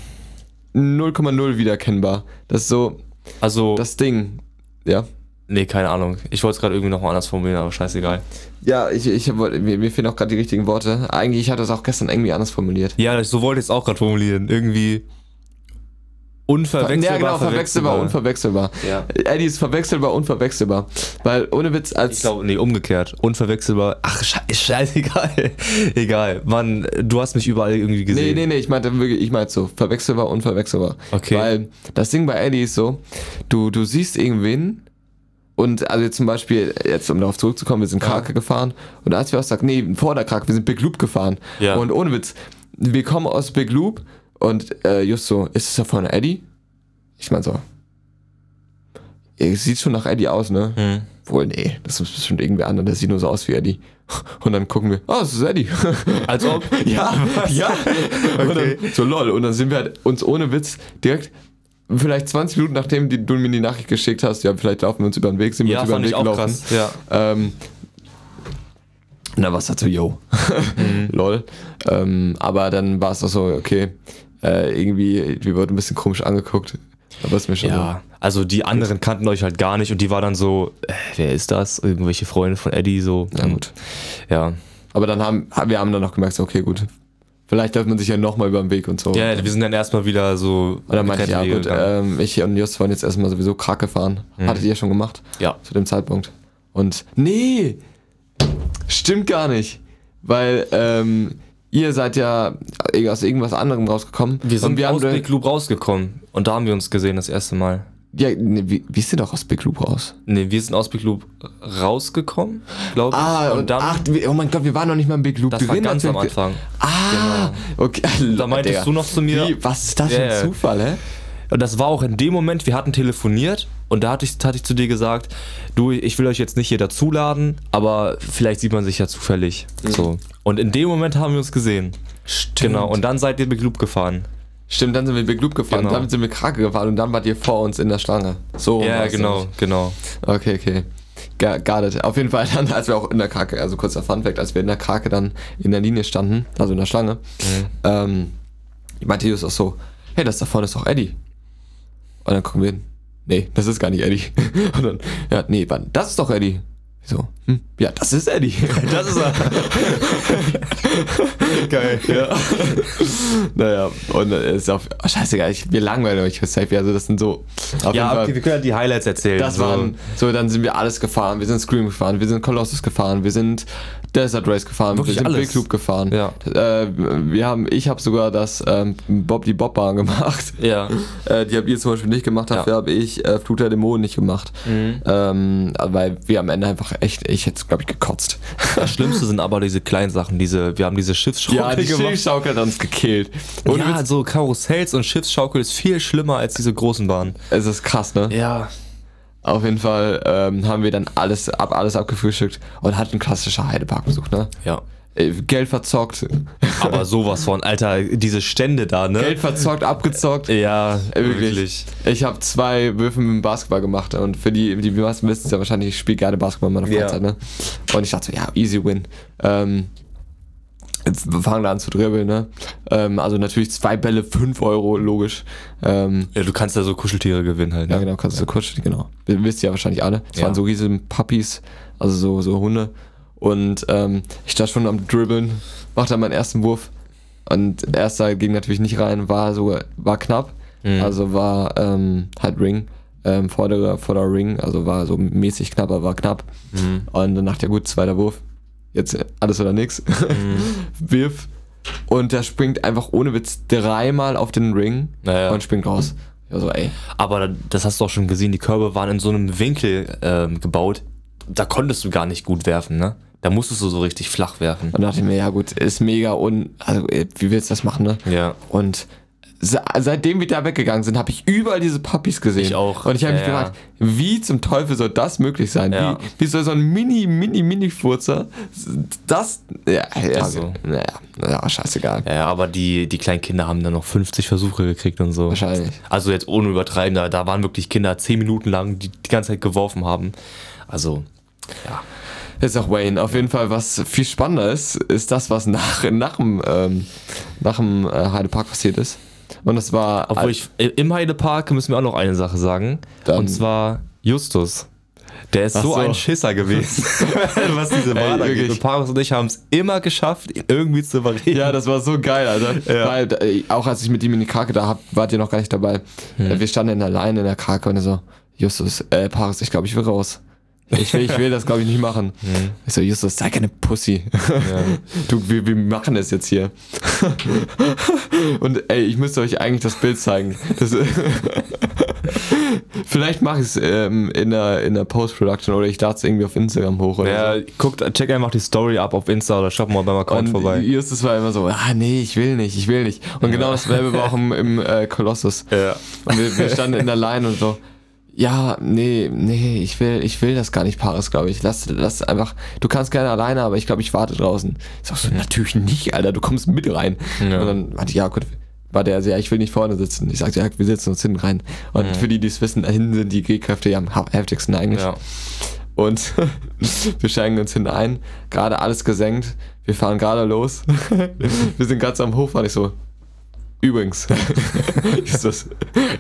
0,0 wiedererkennbar. Das ist so also, das Ding. Ja. nee, keine Ahnung. Ich wollte es gerade irgendwie nochmal anders formulieren, aber scheißegal. Ja, ich, ich wollte, mir, mir fehlen auch gerade die richtigen Worte. Eigentlich hatte ich das auch gestern irgendwie anders formuliert. Ja, so wollte ich es auch gerade formulieren. Irgendwie unverwechselbar. ja, genau, verwechselbar, unverwechselbar. Ja. Eddie ist verwechselbar, unverwechselbar. Weil ohne Witz, als. Ich glaube, nee, umgekehrt. Unverwechselbar. Ach, schei- scheißegal. Egal. Mann, du hast mich überall irgendwie Nee, gesehen. nee, nee, ich meinte wirklich, ich meinte so, verwechselbar, unverwechselbar. Okay. Weil das Ding bei Eddie ist so, du, du siehst irgendwen und also jetzt zum Beispiel, jetzt um darauf zurückzukommen, wir sind Krake gefahren und als wir auch sagt, nee, vor der Krake, wir sind Big Loop gefahren. Ja. Und ohne Witz, wir kommen aus Big Loop und äh, just so, ist es da vorne Eddie? Ich meine so, "Ey, sieht schon nach Eddie aus, ne? Hm. Wohl, nee, das ist bestimmt irgendwer anderer, der sieht nur so aus wie Eddie. Und dann gucken wir, oh, es ist Eddie. Als ob. Ja, ja. Und Okay. dann, so lol. Und dann sind wir halt uns ohne Witz direkt, vielleicht 20 Minuten nachdem die, du mir die Nachricht geschickt hast, ja, vielleicht laufen wir uns über den Weg, sind wir Ja, uns über fand den Weg ich auch gelaufen. krass. Ja. Ähm, na, was dazu, yo. Mhm. Lol. Ähm, aber dann war es auch so, okay, äh, irgendwie, wir wurden ein bisschen komisch angeguckt. Aber ist mir schon Ja, also die anderen kannten euch halt gar nicht und die war dann so, äh, wer ist das? Irgendwelche Freunde von Eddie, so. so. Ja, gut. Ja. Aber dann haben, wir haben dann auch gemerkt, so, okay, gut. Vielleicht läuft man sich ja nochmal über den Weg und so. Ja, wir sind dann erstmal wieder so. Und dann meinte ich, getrennte Wege ja gut, gegangen. ähm, ich und Just waren jetzt erstmal sowieso krank gefahren. Hattet ihr schon gemacht? Mhm. Ja. Zu dem Zeitpunkt. Und nee, stimmt gar nicht. Weil ähm, ihr seid ja aus irgendwas anderem rausgekommen. Wir sind und wir aus haben, Big Loop rausgekommen und da haben wir uns gesehen das erste Mal. ja, nee, wie, wie ist denn doch aus Big Loop raus? Nee, wir sind aus Big Loop rausgekommen, glaube ich. Ah, und, dann, ach, wir- oh mein Gott, wir waren noch nicht mal in Big Loop das war drin. ganz als am wir- Anfang. Genau. Ah, okay. Da meintest Digga. du noch zu mir- Wie, was ist das für Ja, ja. ein Zufall, hä? Und das war auch in dem Moment, wir hatten telefoniert und da hatte ich, hatte ich zu dir gesagt, du, ich will euch jetzt nicht hier dazuladen, aber vielleicht sieht man sich ja zufällig. Mhm. So. Und in dem Moment haben wir uns gesehen. Stimmt. Genau, und dann seid ihr Big Loop gefahren. Stimmt, dann sind wir Big Loop gefahren, Genau. dann sind wir Krake gefahren und dann wart ihr vor uns in der Schlange. So. Ja, war's genau, nämlich. genau. Okay, okay. Ga- Got it. Auf jeden Fall dann, als wir auch in der Krake, also kurzer Funfact, als wir in der Krake dann in der Linie standen, also in der Schlange, Mhm. ähm, meinte Jus auch so, hey, das da vorne ist doch Eddie. Und dann gucken wir hin. Nee, das ist gar nicht Eddie. Und dann, ja, nee, wann? Das ist doch Eddie. Wieso? Hm, ja, das ist Eddie. Das ist er. Geil, ja. naja, und es ist auch, oh, scheißegal, ich, wir langweilen euch, safe. Also, das sind so, auf Ja, okay, wir können ja die Highlights erzählen. Das so. waren, Also, so dann sind wir alles gefahren. Wir sind Scream gefahren, wir sind Colossus gefahren, wir sind Desert Race gefahren, Wirklich wir sind alles. Big Loop gefahren. Ja. Äh, wir haben, ich habe sogar das ähm, Bob die Bob Bahn gemacht. Ja. Äh, die habt ihr zum Beispiel nicht gemacht, dafür habe ich äh, Flut der Dämonen nicht gemacht. Mhm. Ähm, weil wir am Ende einfach echt, ich hätte glaube ich gekotzt. Das Schlimmste sind aber diese kleinen Sachen, diese, wir haben diese Schiffsschaukel Ja, die gemacht. Schaukel hat uns gekillt. Und ja, so Karussells und Schiffsschaukel ist viel schlimmer als diese großen Bahnen. es ist krass, ne? Ja. Auf jeden Fall ähm, haben wir dann alles, ab, alles abgefrühstückt und hatten klassischer Heidepark besucht, ne? Ja. Äh, Geld verzockt. Aber sowas von, Alter, diese Stände da, ne? Geld verzockt, abgezockt. Ja, Äh, wirklich. Ich habe zwei Würfe mit dem Basketball gemacht und für die, die meisten wissen es ja wahrscheinlich, ich spiele gerne Basketball in meiner Ja. Freizeit, ne? Und ich dachte so, ja, easy win. Ähm, jetzt fangen wir an zu dribbeln, ne? Ähm, also natürlich zwei Bälle, fünf Euro, logisch. Ähm, Ja, du kannst da so Kuscheltiere gewinnen halt. Ne? ja, genau, kannst du kurz, genau. W- Wisst ihr ja wahrscheinlich alle. Es Ja. waren so riesige Puppies, also so, so Hunde. Und ähm, ich stand schon am Dribbeln, machte dann meinen ersten Wurf. Und erster ging natürlich nicht rein, war sogar, war knapp. Also war ähm, halt Ring, ähm, vorderer, vorderer Ring, also war so mäßig knapp, aber war knapp. Und dann dachte ich, ja gut, zweiter Wurf. Jetzt äh, alles oder nix. Wirf. Und der springt einfach ohne Witz dreimal auf den Ring Naja. und springt raus. Ja, so, ey. Aber da- das hast du auch schon gesehen, die Körbe waren in so einem Winkel ähm, gebaut. Da konntest du gar nicht gut werfen, ne? Da musstest du so richtig flach werfen. Und dachte ich mir, ja gut, ist mega un... Also, äh, wie willst du das machen, ne? Ja. Und se- seitdem wir da weggegangen sind, habe ich überall diese Puppies gesehen. Ich auch. Und ich habe mich Ja, ja. gefragt, wie zum Teufel soll das möglich sein? Ja. Wie, wie soll so ein mini, mini, mini Furzer das. Ja, ja, Also. Naja, naja, scheißegal. Ja, ja, aber die, die kleinen Kinder haben dann noch 50 Versuche gekriegt und so. Wahrscheinlich. Also jetzt ohne übertreiben, da, da waren wirklich Kinder 10 Minuten lang, die die ganze Zeit geworfen haben. Also, ja. Ist auch Wayne. Auf jeden Fall, was viel spannender ist, ist das, was nach, nach dem, ähm, nach dem äh, Heidepark passiert ist. Und das war. Obwohl ich, äh, im Heidepark müssen wir auch noch eine Sache sagen. Dann- und zwar Justus. Der ist so, so. ein Schisser gewesen, was diese Wahl angeht. wirklich. Und Paris und ich haben es immer geschafft, ihn irgendwie zu überreden. Ja, das war so geil, Alter. Ja. Weil, äh, auch als ich mit ihm in die Krake da hab, wart ihr noch gar nicht dabei. Hm. Äh, Wir standen alleine in der Krake und er so, Justus, äh, Paris, ich glaube, ich will raus. Ich will, ich will das, glaube ich, nicht machen. Hm. Ich so, Justus, sei keine Pussy. Du, wir, wir machen es jetzt hier. Und ey, ich müsste euch eigentlich das Bild zeigen. Das, vielleicht mache ich es ähm, in der, in der Post-Production oder ich lade es irgendwie auf Instagram hoch oder so. Ja, guckt, check einfach die Story ab auf Insta oder schaut mal beim Account Und vorbei. Justus war immer so, ah nee, ich will nicht, ich will nicht. Und genau dasselbe war auch im, im äh, Kolossus. Ja. Und wir, wir standen in der Line und so, ja, nee, nee, ich will, ich will das gar nicht, Paris, glaube ich. Lass, lass einfach, du kannst gerne alleine, aber ich glaube, ich warte draußen. Ich sag so, natürlich nicht, Alter, du kommst mit rein. Ja. Und dann warte, ja, gut. War der, also, ja, ich will nicht vorne sitzen. Ich sagte, ja, wir setzen uns hinten rein. Und für die, die es wissen, da hinten sind die G-Kräfte ja am ha- heftigsten eigentlich. Ja. Und wir steigen uns hinten ein, gerade alles gesenkt, wir fahren gerade los. wir sind ganz am Hof, war ich so. Übrigens, Justus,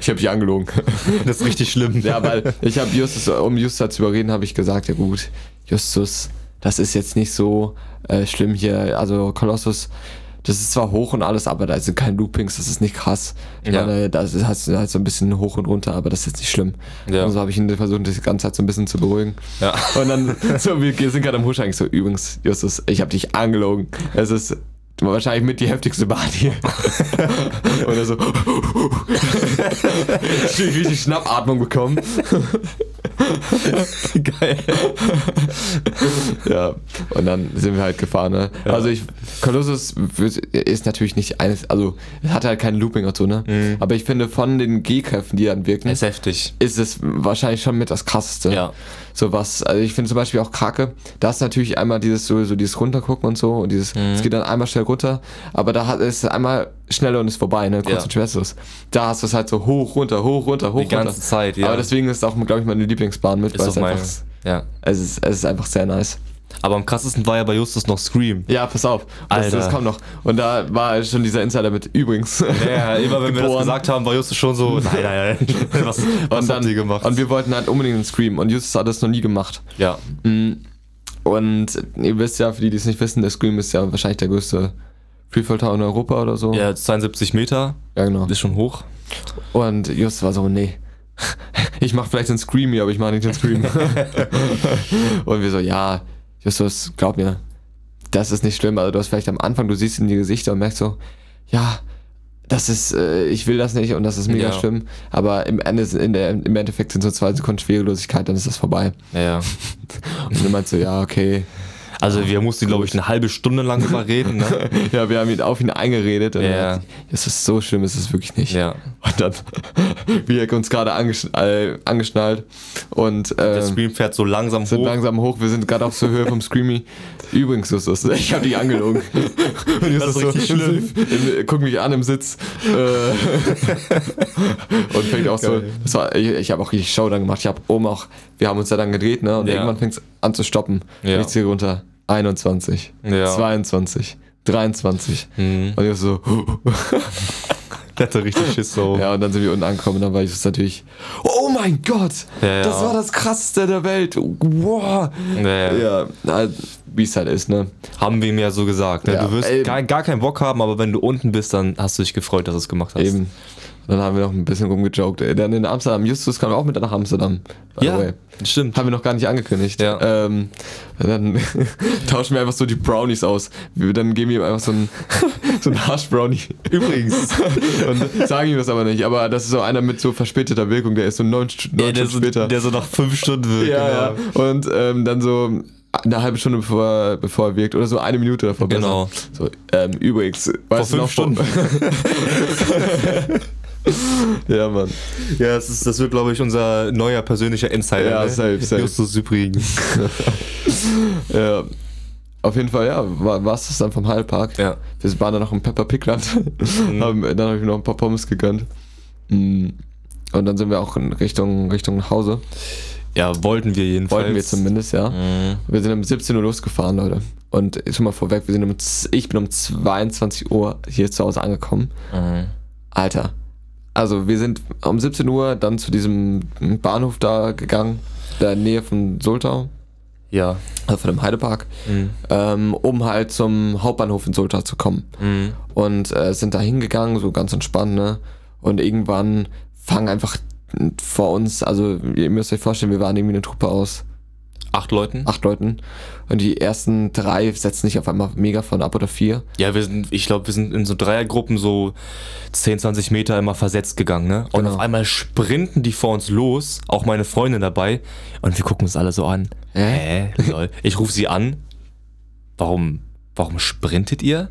ich habe dich angelogen. Das ist richtig schlimm. Ja, weil ich habe Justus, um Justus zu überreden, habe ich gesagt, ja gut, Justus, das ist jetzt nicht so äh, schlimm hier. Also Kolossus, das ist zwar hoch und alles, aber da sind keine Loopings, das ist nicht krass. Ich Ja. meine, das ist halt, halt so ein bisschen hoch und runter, aber das ist jetzt nicht schlimm. Ja. Und so habe ich ihn versucht, die ganze Zeit so ein bisschen zu beruhigen. Ja. Und dann, so, wir sind gerade am Husch eigentlich so, übrigens, Justus, ich habe dich angelogen. Es ist wahrscheinlich mit die heftigste Bahn hier. Und er so, richtig, richtig Schnappatmung bekommen. Geil. Ja, und dann sind wir halt gefahren. Ne? Also ich, Colossus wird- ist natürlich nicht eines, also hat halt kein Looping und so, ne? Aber ich finde, von den G-Kräften, die dann wirken, Ist heftig. ist es wahrscheinlich schon mit das krasseste. Ja. So was, also ich finde zum Beispiel auch Krake, da ist natürlich einmal dieses so, so dieses runtergucken und so und dieses, Mhm. es geht dann einmal schnell runter, aber da hat es einmal schneller und ist vorbei, ne, kurz Ja. und schmerzlos. Da hast du es halt so hoch, runter, hoch, runter, hoch, ganze runter. Zeit, ja. Aber deswegen ist auch, glaube ich, meine Lieblingsbahn mit, Ist doch es einfach, meine. es Ja. ist, es ist einfach sehr nice. Aber am krassesten war ja bei Justus noch Scream. Ja, pass auf, das, Alter. das kommt noch. Und da war schon dieser Insider mit, übrigens. Ja, immer wenn wir das Geboren. gesagt haben, war Justus schon so, nein, nein, nein. Was, was und haben dann, die gemacht? und wir wollten halt unbedingt einen Scream und Justus hat das noch nie gemacht. ja. Und ihr wisst ja, für die, die es nicht wissen, der Scream ist ja wahrscheinlich der größte Freefall Tower in Europa oder so. ja, 72 Meter, Ja, genau. ist schon hoch. Und Just war so, nee. Ich mach vielleicht den Scream hier, aber ich mach nicht den Scream. und wir so, ja, Justus, glaub mir, das ist nicht schlimm. Also du hast vielleicht am Anfang, du siehst in die Gesichter und merkst so, ja, das ist, äh, ich will das nicht und das ist mega Ja. schlimm. Aber im, Ende, in der, im Endeffekt sind so zwei Sekunden Schwerelosigkeit, dann ist das vorbei. Ja. Und er meint so, ja, okay, Also wir mussten, glaube ich, eine halbe Stunde lang überreden. Ne? Ja, wir haben ihn auf ihn eingeredet. Und Ja. er hat- Es ist so schlimm, ist es wirklich nicht. Ja. Und dann, wie er uns gerade angeschn äh, angeschnallt und Der äh, Scream fährt so langsam sind hoch. langsam hoch. Wir sind gerade auf zur Höhe vom Screamy. Übrigens, Justus, ich habe dich angelogen. Und Justus ist richtig schlimm. im, guck mich an im Sitz. Äh, und fängt auch so. Geil. Das war, ich ich habe auch richtig Showdown gemacht. Ich habe oben auch. Wir haben uns ja dann gedreht, ne? Und Ja. irgendwann fängt es an zu stoppen. Ja. Ich ziehe runter. 21, Ja. 22, 23. Mhm. Und ich so, Der hatte richtig Schiss so. ja, und dann sind wir unten angekommen und dann war ich das natürlich, oh mein Gott, Ja, ja. das war das krasseste der Welt, wow. Ja, ja. na, wie es halt ist, ne. Haben wir ihm ja so gesagt. Ne? Ja, du wirst eben. gar, gar keinen Bock haben, aber wenn du unten bist, dann hast du dich gefreut, dass du es gemacht hast. Eben. Und dann haben wir noch ein bisschen rumgejoked, ey. Dann in Amsterdam, Justus kam auch mit nach Amsterdam, by the Ja, way. stimmt. Haben wir noch gar nicht angekündigt. Ja. Ähm, dann tauschen wir einfach so die Brownies aus. Wir- Dann geben wir ihm einfach so einen, so einen Arsch-Brownie. Übrigens. Und sagen ihm das aber nicht. Aber das ist so einer mit so verspäteter Wirkung. Der ist so neun, Stu- neun Ja, der, Stunden so, später. genau. der so nach fünf Stunden wirkt. Ja, ja. Und Genau. ähm, dann so, eine halbe Stunde bevor, bevor er wirkt oder so eine Minute davor. besser. Genau. So, ähm, übrigens, weißt du fünf noch ja, Mann. Ja, das, ist, das wird, glaube ich, unser neuer persönlicher Insider. Ja, ne? safe, safe. Justus übrigens. Ja. Auf jeden Fall, ja, war war's das dann vom Heilpark. Ja. Mhm. Wir waren dann noch im Pepper Pickland. haben, dann habe ich mir noch ein paar Pommes gegönnt. Mm. Und dann sind wir auch in Richtung, Richtung nach Hause. Ja, wollten wir jedenfalls. Wollten wir zumindest, ja. Mhm. Wir sind um 17 Uhr losgefahren, Leute. Und schon mal vorweg, wir sind um, z- ich bin um 22 Uhr hier zu Hause angekommen. Mhm. Alter. Also wir sind um 17 Uhr dann zu diesem Bahnhof da gegangen, da in der Nähe von Soltau, Ja. also von dem Heidepark, Mhm. ähm, um halt zum Hauptbahnhof in Soltau zu kommen. Mhm. Und äh, sind da hingegangen, so ganz entspannt, ne? Und irgendwann fangen einfach vor uns, also ihr müsst euch vorstellen, wir waren irgendwie eine Truppe aus Acht Leuten? acht Leuten. Und die ersten drei setzen sich auf einmal mega von ab oder vier. Ja, wir sind, ich glaube, wir sind in so Dreiergruppen so 10, 20 Meter immer versetzt gegangen, ne? Und Genau. auf einmal sprinten die vor uns los, auch meine Freundin dabei. Und wir gucken uns alle so an. Hä? Hä? Lol. Ich rufe sie an. Warum? Warum sprintet ihr?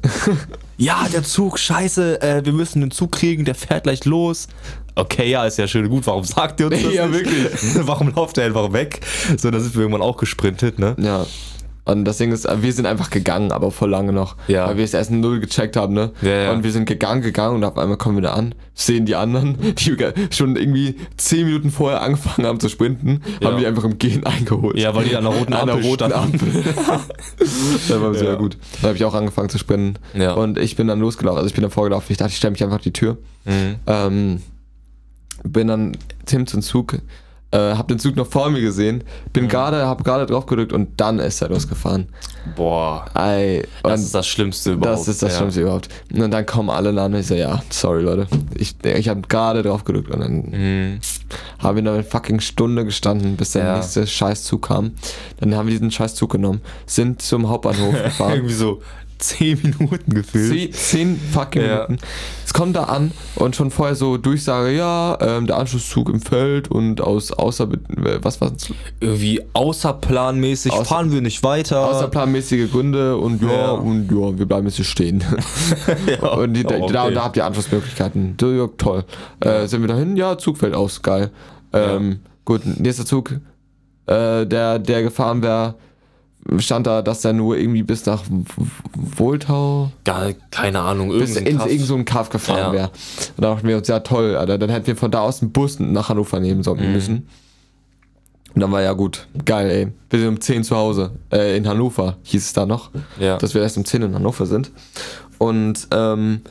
ja, der Zug, scheiße, äh, wir müssen einen Zug kriegen, der fährt gleich los. Okay, ja, ist ja schön und gut, warum sagt ihr uns das? Ja, nicht? warum lauft ihr einfach weg? So, da sind wir irgendwann auch gesprintet, ne? Ja. Und das Ding ist, wir sind einfach gegangen, aber vor lange noch. Ja. Weil wir es erst null gecheckt haben, ne? Ja, ja. Und wir sind gegangen, gegangen und auf einmal kommen wir da an, sehen die anderen, die ge- schon irgendwie zehn Minuten vorher angefangen haben zu sprinten, Ja. haben die einfach im Gehen eingeholt. Ja, weil die an der roten An der Ampel roten standen. Ampel. das war sehr Ja. gut. Dann habe ich auch angefangen zu sprinten. Ja. Und ich bin dann losgelaufen, also ich bin dann vorgelaufen. Ich dachte, ich stelle mich einfach auf die Tür. Mhm. Ähm, bin dann Tim zum Zug, äh, hab den Zug noch vor mir gesehen, Mhm. bin gerade, hab gerade drauf gedrückt und dann ist er losgefahren. Boah. Ei, und Das ist das Schlimmste überhaupt. das, ist das ja. Schlimmste überhaupt. Und dann kommen alle an und ich so, ja, sorry Leute, ich, äh, ich hab gerade drauf gedrückt und dann Mhm. haben wir da eine fucking Stunde gestanden, bis der Ja. nächste Scheißzug kam. Dann haben wir diesen Scheißzug genommen, sind zum Hauptbahnhof gefahren. Irgendwie so 10 Minuten gefühlt. Zehn, zehn fucking Ja. Minuten. Es kommt da an und schon vorher so Durchsage, ja, ähm, der Anschlusszug im Feld und aus außer äh, was war's? Irgendwie außerplanmäßig Außer- fahren wir nicht weiter. Außerplanmäßige Gründe und ja, Ah. Ja. und ja, wir bleiben jetzt hier stehen. Ja. und die, Oh, okay. da, da habt ihr Anschlussmöglichkeiten. So, Ja, toll. Äh, sind wir dahin? Ja, Zug fällt aus, geil. Ähm, Gut, nächster Zug, äh, der, der gefahren wäre, stand da, dass der nur irgendwie bis nach W- W- Wohltau. Gar, keine Ahnung, bis in irgendein Kaff. irgend so ein Kaff gefahren Ja. wäre. Und da dachten wir uns, ja toll, Alter, dann hätten wir von da aus einen Bus nach Hannover nehmen sollten Mhm. müssen. Und dann war ja gut, geil, ey. Wir sind um 10 zu Hause, äh, in Hannover hieß es da noch, Ja. dass wir erst um 10 in Hannover sind. Und ähm,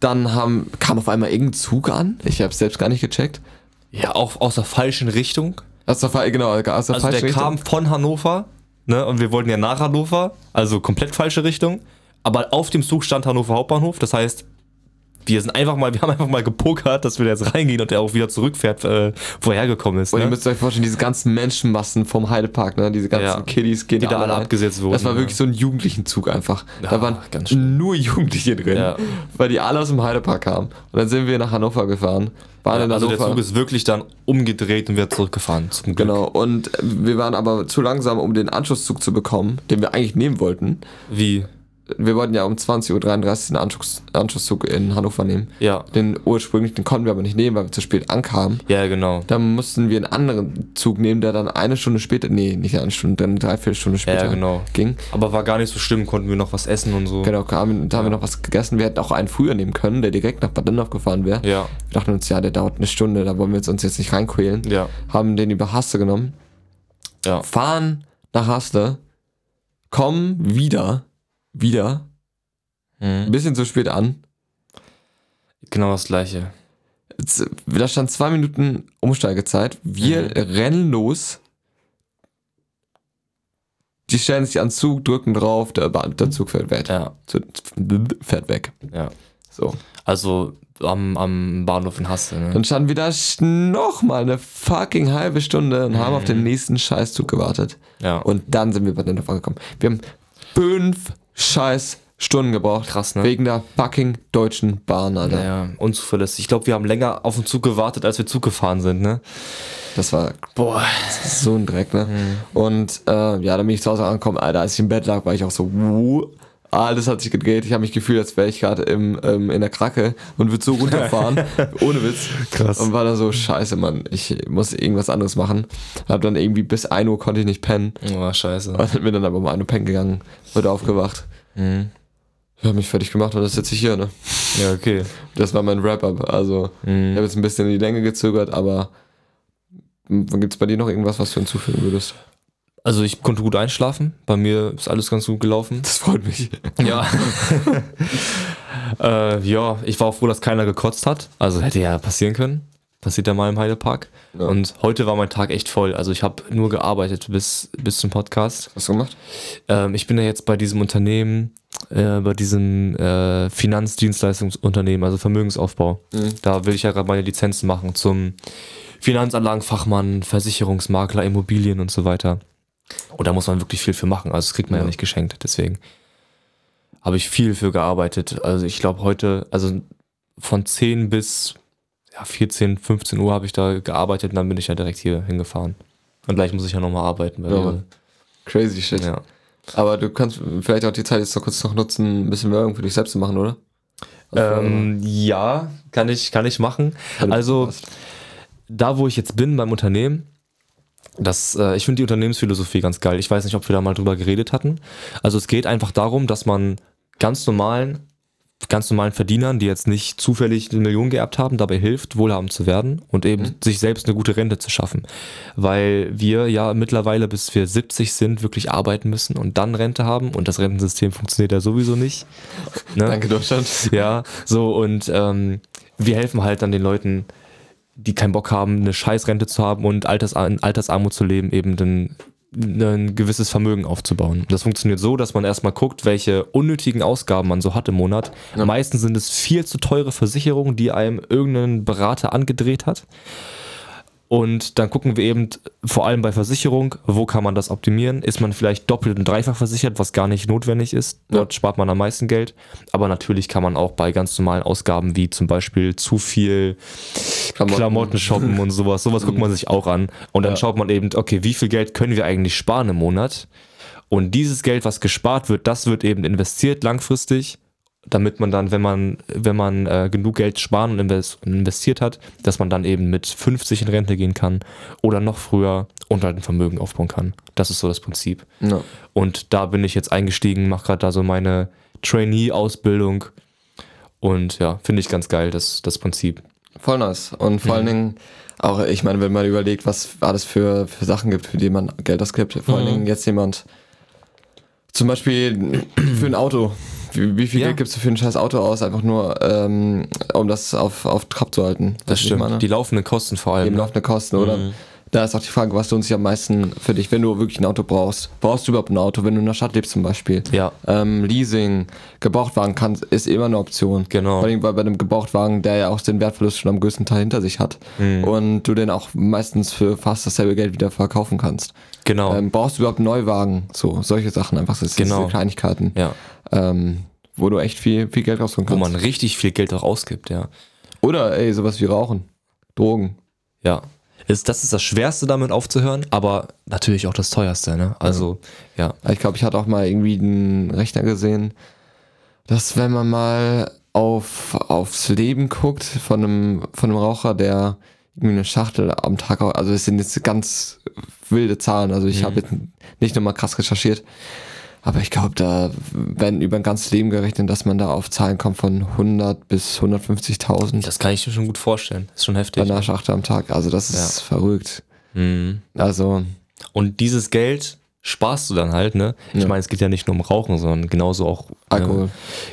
dann haben, kam auf einmal irgendein Zug an, ich habe selbst gar nicht gecheckt. ja, auch aus der falschen Richtung. Aus der, Fa- genau, aus der Also der falschen Richtung. kam von Hannover, ne? Und wir wollten ja nach Hannover, also komplett falsche Richtung. Aber auf dem Zug stand Hannover Hauptbahnhof, das heißt, wir sind einfach mal, wir haben einfach mal gepokert, dass wir da jetzt reingehen und der auch wieder zurückfährt, äh, wo er hergekommen ist. Und ihr Ne? müsst euch vorstellen, diese ganzen Menschenmassen vom Heidepark, ne? diese ganzen Ja. Kiddies gehen Die da alle rein. abgesetzt wurden, Das war ja. wirklich so ein Jugendlichenzug einfach. da Ja, waren ganz schlimm. nur Jugendliche drin, Ja. weil die alle aus dem Heidepark kamen. Und dann sind wir nach Hannover gefahren. Waren in Also der Hannover. Zug ist wirklich dann umgedreht und wieder zurückgefahren, zum Glück. genau. Und äh, wir waren aber zu langsam, um den Anschlusszug zu bekommen, den wir eigentlich nehmen wollten. Wie? Wir wollten ja um 20.33 Uhr den Anschluss, Anschlusszug in Hannover nehmen. Ja. Den ursprünglich, den konnten wir aber nicht nehmen, weil wir zu spät ankamen. Ja, genau. Dann mussten wir einen anderen Zug nehmen, der dann eine Stunde später, nee, nicht eine Stunde, dann eine Dreiviertelstunde später genau. ging. Aber war gar nicht so schlimm, konnten wir noch was essen und so. Genau, kamen, da haben wir noch was gegessen. Wir hätten auch einen früher nehmen können, der direkt nach Bad Lindorf gefahren wäre. Ja. Wir dachten uns, ja, der dauert eine Stunde, da wollen wir jetzt uns jetzt nicht reinquälen. Ja. Haben den über Haste genommen, Ja. fahren nach Haste, kommen wieder, wieder, ein Mhm. bisschen zu spät an. Genau das gleiche. Z- Da stand zwei Minuten Umsteigezeit. Wir Mhm. rennen los. Die stellen sich an den Zug, drücken drauf, der, Bahn- der Zug fährt weg. Ja. Zu- Fährt weg. Ja. So. Also am, am Bahnhof in Haste, ne? Dann standen wir da sch- noch mal eine fucking halbe Stunde und haben auf den nächsten Scheißzug gewartet. Mhm. Ja. Und dann sind wir bei den angekommen. Wir haben fünf scheiß Stunden gebraucht. Krass, ne? Wegen der fucking Deutschen Bahn, Alter. Naja, unzuverlässig. Ich glaube, wir haben länger auf den Zug gewartet, als wir Zug gefahren sind, ne? Das war Boah. so ein Dreck, ne? Mhm. Und äh, ja, dann bin ich zu Hause angekommen, Alter, als ich im Bett lag, war ich auch so, wuh, alles hat sich gedreht. Ich habe mich gefühlt, als wäre ich gerade im, ähm, in der Kracke und würde so runterfahren, ohne Witz. Krass. Und war da so, scheiße, Mann, ich muss irgendwas anderes machen. Hab dann irgendwie bis 1 Uhr konnte ich nicht pennen. Oh, scheiße. Und bin dann aber um 1 Uhr pennen gegangen, wurde aufgewacht. Mhm. Ich habe mich fertig gemacht und das sitze ich hier, ne? Ja, okay. Das war mein Wrap-Up. Also, Mhm. ich habe jetzt ein bisschen in die Länge gezögert, aber gibt es bei dir noch irgendwas, was du hinzufügen würdest? Also ich konnte gut einschlafen. Bei mir ist alles ganz gut gelaufen. Das freut mich. Ja. äh, ja, ich war auch froh, dass keiner gekotzt hat. Also hätte ja passieren können. Passiert ja mal im Heidepark. Ja. Und heute war mein Tag echt voll. Also ich habe nur gearbeitet bis, bis zum Podcast. Hast du gemacht? Ähm, ich bin ja jetzt bei diesem Unternehmen, äh, bei diesem äh, Finanzdienstleistungsunternehmen, also Vermögensaufbau. Da will ich ja gerade meine Lizenzen machen zum Finanzanlagenfachmann, Versicherungsmakler, Immobilien und so weiter. Und da muss man wirklich viel für machen. Also das kriegt man ja, Ja. nicht geschenkt. Deswegen habe ich viel für gearbeitet. Also ich glaube heute, also von 10 bis ja, 14, 15 Uhr habe ich da gearbeitet und dann bin ich ja direkt hier hingefahren. Und gleich muss ich ja nochmal arbeiten. Bei Ja, Rewe. Mann. Crazy shit. ja. Aber du kannst vielleicht auch die Zeit jetzt noch kurz noch nutzen, ein bisschen Werbung für dich selbst zu machen, oder? Ähm, ja, kann ich, kann ich machen. Also da, wo ich jetzt bin beim Unternehmen, das, äh, ich finde die Unternehmensphilosophie ganz geil. Ich weiß nicht, ob wir da mal drüber geredet hatten. Also es geht einfach darum, dass man ganz normalen, ganz normalen Verdienern, die jetzt nicht zufällig eine Million geerbt haben, dabei hilft, wohlhabend zu werden und Mhm. eben sich selbst eine gute Rente zu schaffen. Weil wir ja mittlerweile, bis wir 70 sind, wirklich arbeiten müssen und dann Rente haben und das Rentensystem funktioniert ja sowieso nicht. Ne? Danke, Deutschland. Ja, so und ähm, wir helfen halt dann den Leuten, die keinen Bock haben, eine Scheißrente zu haben und Alters in Altersarmut zu leben, eben ein, ein gewisses Vermögen aufzubauen. Das funktioniert so, dass man erstmal guckt, welche unnötigen Ausgaben man so hat im Monat. Meistens sind es viel zu teure Versicherungen, die einem irgendein Berater angedreht hat. Und dann gucken wir eben vor allem bei Versicherung, wo kann man das optimieren? Ist man vielleicht doppelt und dreifach versichert, was gar nicht notwendig ist? Dort spart man am meisten Geld. Aber natürlich kann man auch bei ganz normalen Ausgaben wie zum Beispiel zu viel Klamotten. Klamotten shoppen und sowas, sowas guckt man sich auch an. Und dann schaut man eben, okay, wie viel Geld können wir eigentlich sparen im Monat? Und dieses Geld, was gespart wird, das wird eben investiert langfristig, damit man dann, wenn man, wenn man äh, genug Geld sparen und invest und investiert hat, dass man dann eben mit 50 in Rente gehen kann oder noch früher und halt ein Vermögen aufbauen kann. Das ist so das Prinzip. Ja. Und da bin ich jetzt eingestiegen, mache gerade da so meine Trainee-Ausbildung. Und ja, finde ich ganz geil, das, das Prinzip. Voll nice. Und Mhm. vor allen Dingen, auch ich meine, wenn man überlegt, was alles für, für Sachen gibt, für die man Geld ausgibt. Vor Mhm. allen Dingen jetzt jemand, zum Beispiel für ein Auto. Wie, wie viel Ja. Geld gibst du für ein scheiß Auto aus? Einfach nur, ähm, um das auf, auf Trab zu halten. Weißt du, was Das ich stimmt. meine? Die laufenden Kosten vor allem. eben ne? laufende Kosten, oder? Da ist auch die Frage, was lohnt sich am meisten für dich, wenn du wirklich ein Auto brauchst. Brauchst du überhaupt ein Auto, wenn du in der Stadt lebst zum Beispiel? Ja. Ähm, Leasing, Gebrauchtwagen kann, ist immer eine Option. Genau. Vor allem bei, bei einem Gebrauchtwagen, der ja auch den Wertverlust schon am größten Teil hinter sich hat. Mhm. Und du den auch meistens für fast dasselbe Geld wieder verkaufen kannst. Genau. Ähm, brauchst du überhaupt einen Neuwagen? So, solche Sachen einfach. Das sind Genau. diese Kleinigkeiten. ja. Ähm, wo du echt viel, viel Geld rausholen Wo kannst. man richtig viel Geld auch ausgibt, ja. Oder ey, sowas wie Rauchen, Drogen. Ja. Ist, das ist das Schwerste, damit aufzuhören, aber natürlich auch das teuerste, ne? Also, ja. Ich glaube, ich hatte auch mal irgendwie einen Rechner gesehen, dass wenn man mal auf, aufs Leben guckt von einem, von einem Raucher, der irgendwie eine Schachtel am Tag, raucht, also es sind jetzt ganz wilde Zahlen, also ich Mhm. habe jetzt nicht nochmal krass recherchiert, aber ich glaube, da werden über ein ganzes Leben gerechnet, dass man da auf Zahlen kommt von 100 bis 150.000 Das kann ich mir schon gut vorstellen. Ist schon bei heftig. einer Schachtel am Tag, also das ist verrückt. Mhm. Also, Und dieses Geld sparst du dann halt, ne? Ich Ja. meine, es geht ja nicht nur um Rauchen, sondern genauso auch Alkohol. Ne?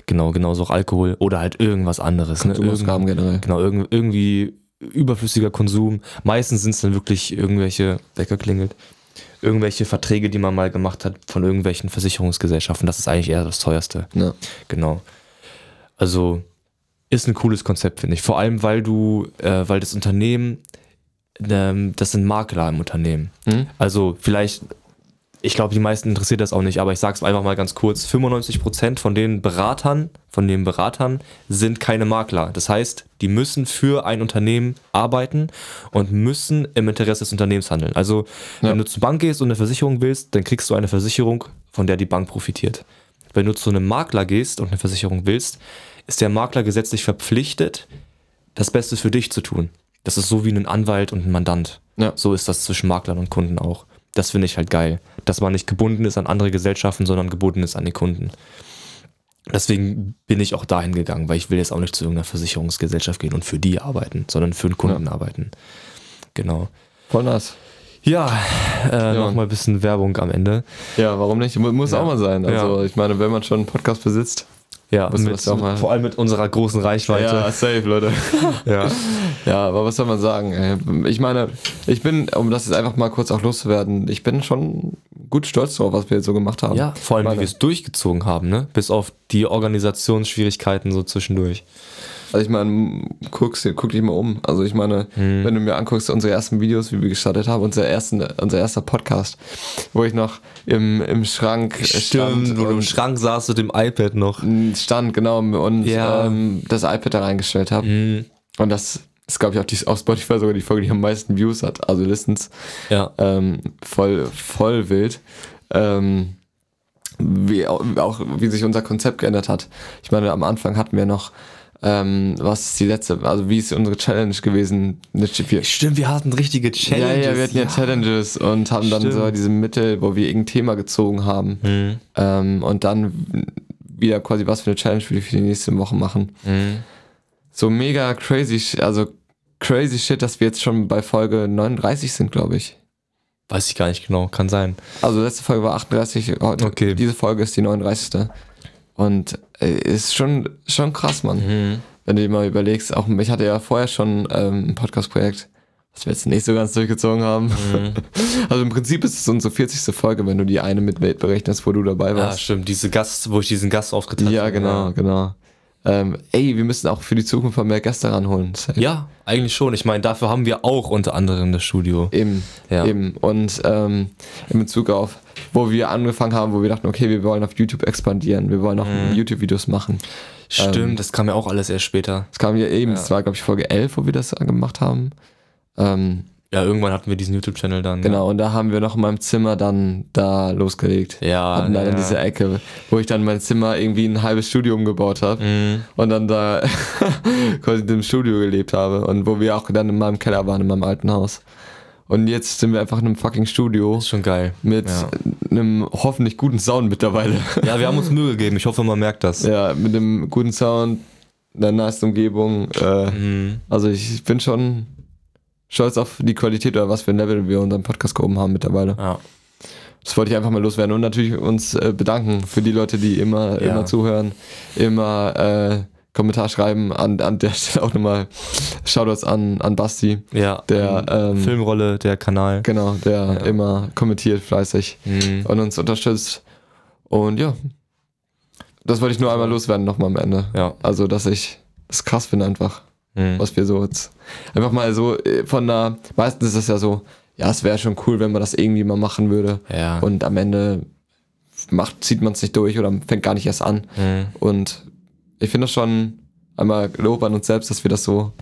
Genau, genauso auch Alkohol oder halt irgendwas anderes, ne? Konsumausgaben generell. Genau, irgend, irgendwie überflüssiger Konsum. Meistens sind es dann wirklich irgendwelche, Wecker klingelt, irgendwelche Verträge, die man mal gemacht hat von irgendwelchen Versicherungsgesellschaften. Das ist eigentlich eher das teuerste. ne. Genau. Also ist ein cooles Konzept, finde ich. Vor allem, weil du, äh, weil das Unternehmen, ähm, das sind Makler im Unternehmen. Also vielleicht ich glaube, die meisten interessiert das auch nicht, aber ich sage es einfach mal ganz kurz. 95% von den Beratern, von den Beratern sind keine Makler. Das heißt, die müssen für ein Unternehmen arbeiten und müssen im Interesse des Unternehmens handeln. Also, wenn du zur Bank gehst und eine Versicherung willst, dann kriegst du eine Versicherung, von der die Bank profitiert. Wenn du zu einem Makler gehst und eine Versicherung willst, ist der Makler gesetzlich verpflichtet, das Beste für dich zu tun. Das ist so wie ein Anwalt und ein Mandant. Ja. So ist das zwischen Maklern und Kunden auch. Das finde ich halt geil, dass man nicht gebunden ist an andere Gesellschaften, sondern gebunden ist an die Kunden. Deswegen bin ich auch dahin gegangen, weil ich will jetzt auch nicht zu irgendeiner Versicherungsgesellschaft gehen und für die arbeiten, sondern für den Kunden arbeiten. Genau. Voll nass. Ja, äh, nochmal ein bisschen Werbung am Ende. Ja, warum nicht? Mu- Muss Ja. auch mal sein. Also ich meine, wenn man schon einen Podcast besitzt. Ja, Musst du mit, das auch mal- vor allem mit unserer großen Reichweite. safe, Leute. Ja. Ja, aber was soll man sagen? ey? Ich meine, ich bin, um das jetzt einfach mal kurz auch loszuwerden, ich bin schon gut stolz drauf, was wir jetzt so gemacht haben. Ja, vor allem, Meine- wie wir es durchgezogen haben, ne? Bis auf die Organisationsschwierigkeiten so zwischendurch. Also ich meine, guck, guck dich mal um. Also ich meine, Mhm. wenn du mir anguckst, unsere ersten Videos, wie wir gestartet haben, unser, ersten, unser erster Podcast, wo ich noch im, im Schrank stand. wo du im und- Schrank saßt mit dem iPad noch. Stand, genau, und Ja. ähm, das iPad da reingestellt habe. Und das ist, glaube ich, auch die, auf Spotify sogar die Folge, die am meisten Views hat, also Listens. Ja. Ähm, voll, voll wild. Ähm, wie, au- auch wie sich unser Konzept geändert hat. Ich meine, am Anfang hatten wir noch, ähm, was ist die letzte, also wie ist unsere Challenge gewesen? Eine Ch- wir- Stimmt, wir hatten richtige Challenges. Ja, ja, wir hatten ja, Challenges und haben dann so Stimmt. Mhm. diese Mittel, wo wir irgendein Thema gezogen haben. Ähm, und dann wieder quasi, was für eine Challenge wir für die nächste Woche machen. Mhm. So mega crazy, sh- also crazy shit, dass wir jetzt schon bei Folge 39 sind, glaube ich. Weiß ich gar nicht genau, kann sein. Also letzte Folge war 38, heute, Okay. diese Folge ist die 39. Und äh, ist schon, schon krass, Mann. Mhm. Wenn du dir mal überlegst, auch ich hatte ja vorher schon ähm, ein Podcast-Projekt, was wir jetzt nicht so ganz durchgezogen haben. Mhm. Also im Prinzip ist es unsere 40. Folge, wenn du die eine mit berechnest, wo du dabei Ja, warst. Ah, stimmt, diese Gast, wo ich diesen Gast aufgetreten ja, genau, genau. Ähm, ey, wir müssen auch für die Zukunft mal mehr Gäste ranholen. Safe. Ja, eigentlich schon. Ich meine, dafür haben wir auch unter anderem das Studio. Eben, Ja. eben. Und ähm, in Bezug auf, wo wir angefangen haben, wo wir dachten, okay, wir wollen auf YouTube expandieren, wir wollen auch Mhm. YouTube-Videos machen. Stimmt, das kam ja auch alles erst später. Das kam ja eben, das war, glaube ich, Folge 11, wo wir das gemacht haben. Ähm, Ja, irgendwann hatten wir diesen YouTube-Channel dann. Genau, und da haben wir noch in meinem Zimmer dann da losgelegt. Ja, Hatten dann Ah, ja. diese Ecke, wo ich dann mein Zimmer irgendwie ein halbes Studio umgebaut Mhm. habe und dann da quasi in dem Studio gelebt habe und wo wir auch dann in meinem Keller waren, in meinem alten Haus. Und jetzt sind wir einfach in einem fucking Studio Ist schon geil. mit Ja. einem hoffentlich guten Sound mittlerweile. ja, wir haben uns Mühe gegeben. Ich hoffe, man merkt das. ja, mit einem guten Sound, einer nice Umgebung. Äh, Mhm. Also ich bin schon stolz auf die Qualität oder was für ein Level wir unseren Podcast gehoben haben mittlerweile. Ja. Das wollte ich einfach mal loswerden und natürlich uns äh, bedanken für die Leute, die immer, Ja. immer zuhören, immer äh, Kommentar schreiben. An, an der Stelle auch nochmal Shoutouts an, an Basti, ja. der ähm, Filmrolle, der Kanal. genau, der immer kommentiert fleißig Mhm. und uns unterstützt. Und ja, das wollte ich nur einmal loswerden nochmal am Ende. Ja. Also, dass ich das krass finde einfach Mhm. was wir so jetzt einfach mal so äh, von der, meistens ist es ja so, ja, es wäre schon cool, wenn man das irgendwie mal machen würde. Ja. Und am Ende macht, zieht man es nicht durch oder fängt gar nicht erst an. Mhm. Und ich finde das schon einmal Lob an uns selbst, dass wir das so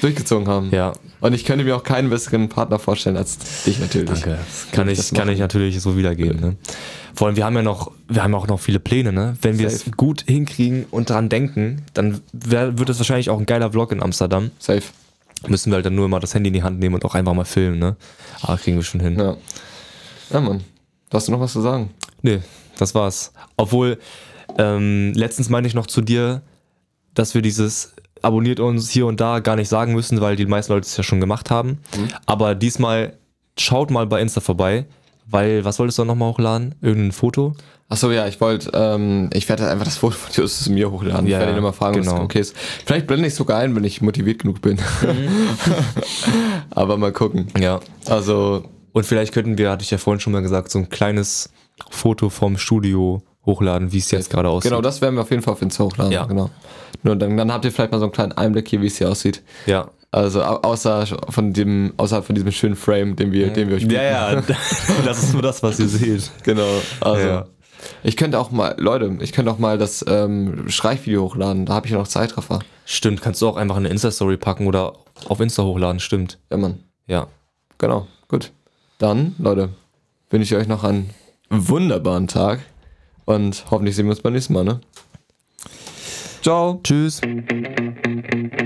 durchgezogen haben. Ja, Und ich könnte mir auch keinen besseren Partner vorstellen als dich natürlich. danke. Kann das ich, kann ich natürlich so wiedergeben. Ne? Vor allem, wir haben ja noch, wir haben auch noch viele Pläne, ne? Wenn wir es Safe. gut hinkriegen und dran denken, dann wär, wird es wahrscheinlich auch ein geiler Vlog in Amsterdam. Safe. Müssen wir halt dann nur mal das Handy in die Hand nehmen und auch einfach mal filmen, ne? Aber kriegen wir schon hin. Ja. Ja, Mann. Hast du noch was zu sagen? Nee, das war's. Obwohl, ähm, letztens meinte ich noch zu dir, dass wir dieses abonniert uns hier und da gar nicht sagen müssen, weil die meisten Leute es ja schon gemacht haben. Aber diesmal schaut mal bei Insta vorbei, weil was wolltest du nochmal hochladen? Irgendein Foto? Achso, ja, ich wollte, ähm, ich werde einfach das Foto von Justus mir hochladen. Ja, ich werde ihn immer fragen, ob genau. es okay ist. Vielleicht blende ich sogar ein, wenn ich motiviert genug bin. Mhm. Aber mal gucken. Ja. Also, Und vielleicht könnten wir, hatte ich ja vorhin schon mal gesagt, so ein kleines Foto vom Studio hochladen, wie es jetzt gerade aussieht. Genau, das werden wir auf jeden Fall auf Insta hochladen. Ja. Genau. Nur dann, dann habt ihr vielleicht mal so einen kleinen Einblick hier, wie es hier aussieht. Ja. Also au- außer von dem, außerhalb von diesem schönen Frame, den wir, den wir euch bieten. Ja, ja, das ist nur das, was ihr seht. Genau. Also. Ja. Ich könnte auch mal, Leute, ich könnte auch mal das ähm, Streichvideo hochladen. Da habe ich ja noch Zeitraffer. Stimmt, kannst du auch einfach eine Insta-Story packen oder auf Insta hochladen, stimmt. Ja, Mann. Ja. Genau, gut. Dann, Leute, wünsche ich euch noch einen wunderbaren Tag und hoffentlich sehen wir uns beim nächsten Mal, ne? Ciao. Tschüss. Thank